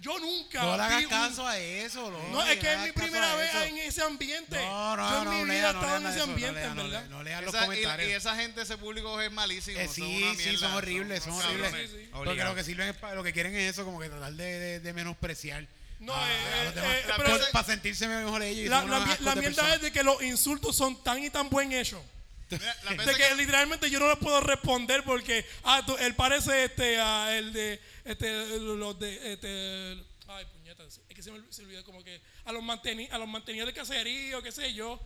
S3: Yo nunca.
S5: No le hagas
S3: vi un-
S5: caso a eso, Loli,
S3: No, es que
S5: le
S3: es
S5: hagas
S3: mi
S5: caso
S3: primera
S5: a
S3: vez
S5: eso.
S3: en ese ambiente.
S5: No, no,
S3: Yo
S5: no,
S3: en mi
S5: lea,
S3: vida he
S5: no
S3: estado
S5: lea
S3: en
S5: nada
S3: ese
S5: de eso,
S3: ambiente,
S5: no lea,
S3: en
S5: no lea,
S3: verdad.
S5: No leas los
S2: Esa- y- Y,
S5: comentarios.
S2: esa gente, ese público es malísimo.
S5: Eh,
S2: son una
S5: sí, sí,
S2: mierda,
S5: son horribles, son
S2: unos
S5: horribles.
S2: cabrones.
S3: sí, sí.
S5: Lo que,
S4: Obligado.
S5: lo que sirven es pa- lo que quieren es eso, como que tratar de, de- de menospreciar.
S3: No,
S5: a-
S3: eh,
S5: a los
S3: eh,
S5: demás,
S3: eh,
S5: por-
S3: pero ese-
S5: para sentirse mejor ellos. y
S3: La,
S5: son
S3: la
S5: unos
S3: mie-
S5: ascos
S3: la
S5: de
S3: mierda
S5: personas.
S3: es de que los insultos son tan y tan buen hechos.
S2: Mira, las
S3: De
S2: veces
S3: que
S2: que-
S3: literalmente yo no les puedo responder porque ah, tú- él parece este ah, el de este los de este ay puñetas es que se me ol- se olvidó como que a los manteni a los mantenidos del caserío qué sé yo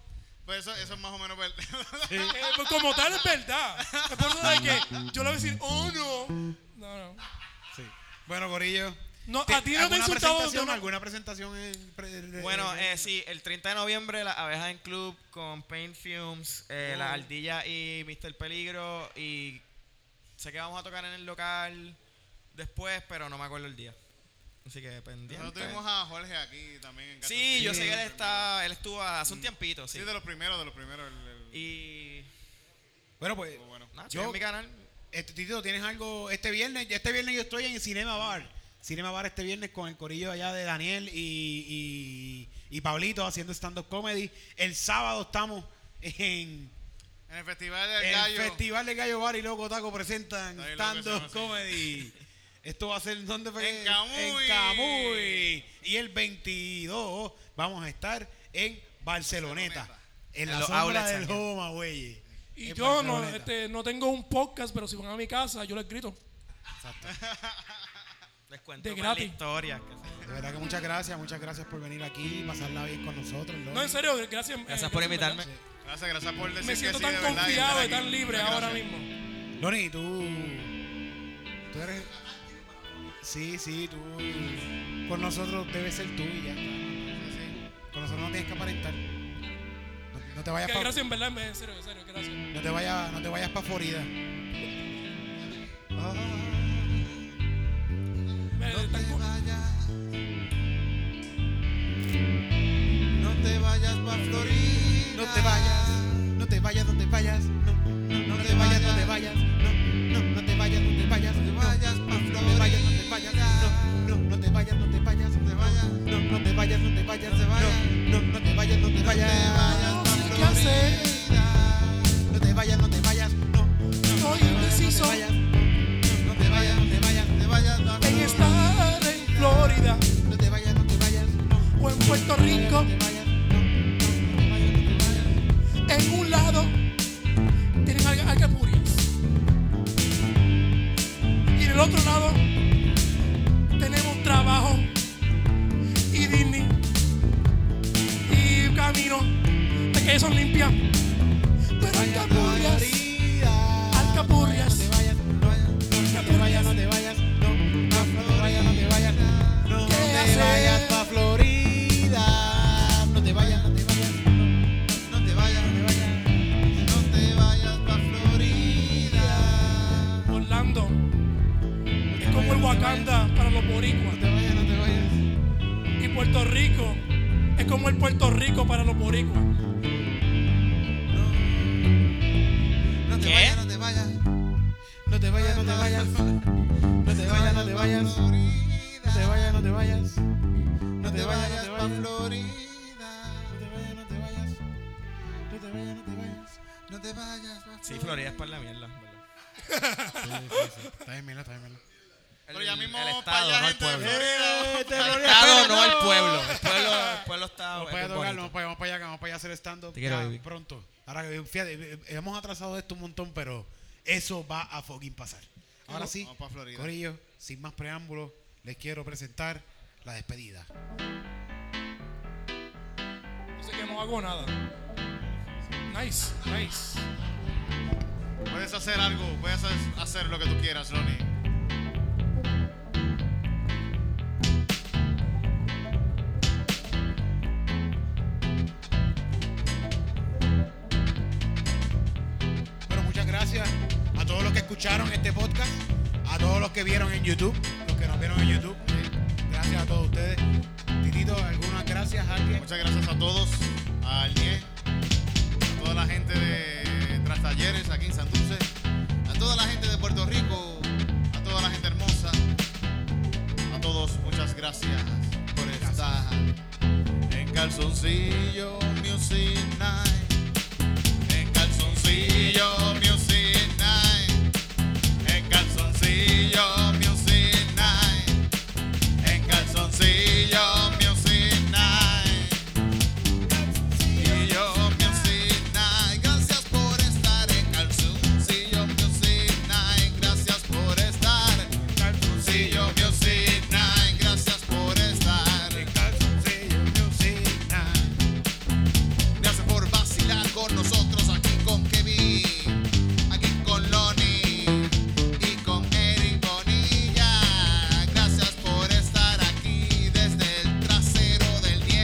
S2: Pues eso, eso es más o menos verdad.
S3: Eh, pues como tal es verdad es por eso de que yo le voy a decir oh no no no
S5: Sí. <laughs> Bueno, Corillo.
S3: No,
S5: ¿ti-
S3: a ti no te
S5: alguna
S3: he insultado
S5: presentación,
S3: de una-
S5: ¿Alguna presentación? En, pre- de-
S4: Bueno,
S5: de-
S4: eh, sí, el 30 de noviembre las abejas en club con Paint Fumes, eh, las ardillas y Mr. Peligro y sé que vamos a tocar en el local después, pero no me acuerdo el día. Así que pendiente.
S2: Nosotros tuvimos a Jorge aquí también. En Cartagena.
S4: Sí, yo sé que él está, él estuvo hace un tiempito,
S2: Sí,
S4: sí.
S2: de los primeros, de los primeros. el- el-
S4: Y
S5: bueno, pues.
S2: bueno.
S4: nada,
S5: Yo-
S4: yo en mi canal.
S5: Este, Tito, ¿tienes algo? Este viernes, este viernes yo estoy en Cinema Bar. Cinema Bar este viernes con el corillo allá de Daniel y, y, y Pablito haciendo stand-up comedy. El sábado estamos en
S2: En el Festival del
S5: el
S2: Gallo.
S5: Festival de Gallo Bar y Loco Taco presentan
S2: Está bien loco ese
S5: stand-up
S2: negocio.
S5: comedy. Esto va a ser ¿dónde fue?
S2: En Camuy.
S5: En Camuy. Y el 22 vamos a estar en Barceloneta.
S2: Barceloneta.
S5: En,
S4: En
S5: la
S4: los
S5: sombra
S4: outlets
S5: del
S4: también.
S5: Loma, güey.
S3: y
S5: En
S3: yo no
S5: Barceloneta.
S3: este, no tengo un podcast pero si van a mi casa yo les grito
S4: Les cuento
S3: De
S4: más
S3: gratis.
S4: la historia. que se-
S5: De verdad que muchas gracias, muchas gracias por venir aquí y pasarla bien con nosotros. Loli.
S3: no en serio gracias eh,
S4: Gracias por
S3: en verdad.
S4: invitarme.
S2: Gracias, gracias por decir
S3: me
S2: que
S3: siento
S2: sí,
S3: tan
S2: de verdad, estar
S3: confiado y
S2: aquí.
S3: tan libre
S2: Muchas
S3: ahora
S2: gracias.
S3: mismo
S5: Loni, tú. Tú eres. Sí, sí, tú. Con nosotros debes ser tú y ya. Con nosotros no tienes que aparentar. No, no te vayas
S3: Que
S5: para.
S3: gracias en verdad en serio en serio gracias
S5: No te vayas, Ah, no te vayas para Florida.
S2: Ah.
S3: Me- tan co-
S2: No te vayas pa' Florida.
S5: No te vayas, no te vayas donde vayas. No, no, no te vayas donde vayas. No, no, no te vayas donde vayas. No, no te vayas donde vayas. No, no, no te vayas donde vayas. No, no, no te vayas donde vayas. No, no, no te vayas donde vayas.
S3: No sé qué hacer.
S5: No te vayas, no te vayas. No,
S3: Estoy indeciso
S5: no te vayas, no te vayas, no te vayas. No,
S3: en estar en Florida
S5: no te vayas, no te vayas. No,
S3: o en Puerto Rico,
S5: no te vayas. No, no, no te vayas, no te vayas.
S3: en un lado tienen alga- alcapurrias y en el otro lado tenemos trabajo y Disney y camino de que son limpias, pero alcapurrias, alcapurrias, alcapurrias,
S5: No te vayas, no, no, no te vayas, no te vayas. No
S3: ¿Qué
S5: te
S3: hacer?
S5: vayas pa' Florida. No te vayas, no te vayas. No, no te vayas, no te vayas.
S2: No te vayas pa' Florida.
S3: Orlando es como el Wakanda para los boricuas.
S5: No te vayas, no te vayas.
S3: Y Puerto Rico es como el Puerto Rico para los boricuas.
S5: No te
S4: ¿Qué?
S5: vayas, no te vayas. No te vayas, no te vayas. No te vayas, no te vayas. No te vayas, no te vayas. No te vayas, no te vayas. No te vayas, no te vayas. No te vayas, no te vayas. No te vayas.
S4: Sí, Florida es para la mierda. en verdad.
S5: Está bien, mira, está bien, mira.
S2: Pero ya mismo
S4: el
S2: para
S4: Estado,
S2: allá
S4: no el
S2: gente de
S4: pueblo.
S2: Florida.
S3: Eh,
S4: El Estado, no el pueblo. El pueblo, el pueblo está.
S1: Vamos
S4: es
S1: para allá a tocar, vamos
S4: bonito.
S1: para allá, vamos para allá, vamos para allá a hacer stand-up.
S4: Te quiero,
S1: ya,
S4: baby.
S1: Pronto. Ahora, eh, fíjate, eh, eh, hemos atrasado esto un montón, pero eso va a fucking pasar. Ahora sí,
S2: Vamos para Florida.
S1: Corillo, sin más preámbulos, les quiero presentar la despedida.
S3: Así que no hago nada. Nice, nice.
S2: Puedes hacer algo, puedes ha- hacer lo que tú quieras, Ronnie.
S1: Pero muchas gracias a todos los que escucharon este podcast, a todos los que vieron en YouTube, los que nos vieron en YouTube. Gracias a todos ustedes. Titito, algunas gracias, alguien.
S2: Muchas gracias a todos, a Nie, a toda la gente de Tras Talleres aquí en Santurce, a toda la gente de Puerto Rico, a toda la gente hermosa, a todos muchas gracias por estar en Calzoncillo Music Night, en Calzoncillo Music Night, en Calzoncillo Music Night, en Calzoncillo Music Night. Y yo Music Night, gracias por estar en Calzoncillo Music Night, gracias por estar en Calzoncillo Music Night, gracias por estar en Calzoncillo Music Night. Gracias por vacilar con nosotros aquí con Kevin, aquí con Lonnie y con Eric Bonilla. Gracias por estar aquí desde el trasero del 10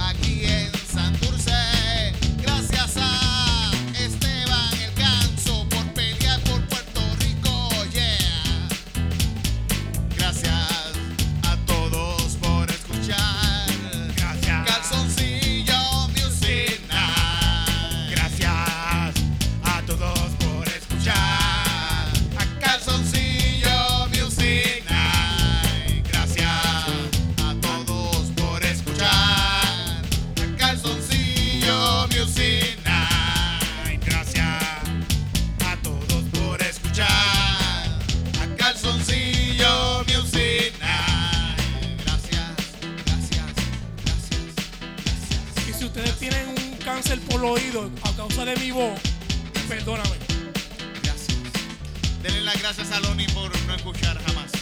S2: aquí en Santurce. Gracias a Esteban El Ganso por pelear por Puerto Rico, yeah. Gracias a todos por escuchar.
S1: Gracias.
S2: Calzoncillo Music Night.
S1: Gracias a todos por escuchar.
S2: A Calzoncillo Music Night. Gracias a todos por escuchar. A Calzoncillo Music Night. Gracias a todos por escuchar. A Calzoncillo Music Night. Gracias, gracias, gracias, gracias.
S3: Y si ustedes tienen un cáncer por los oídos a causa de mi voz, perdóname.
S2: Gracias. Denle las gracias a Loni por no escuchar jamás. Ah,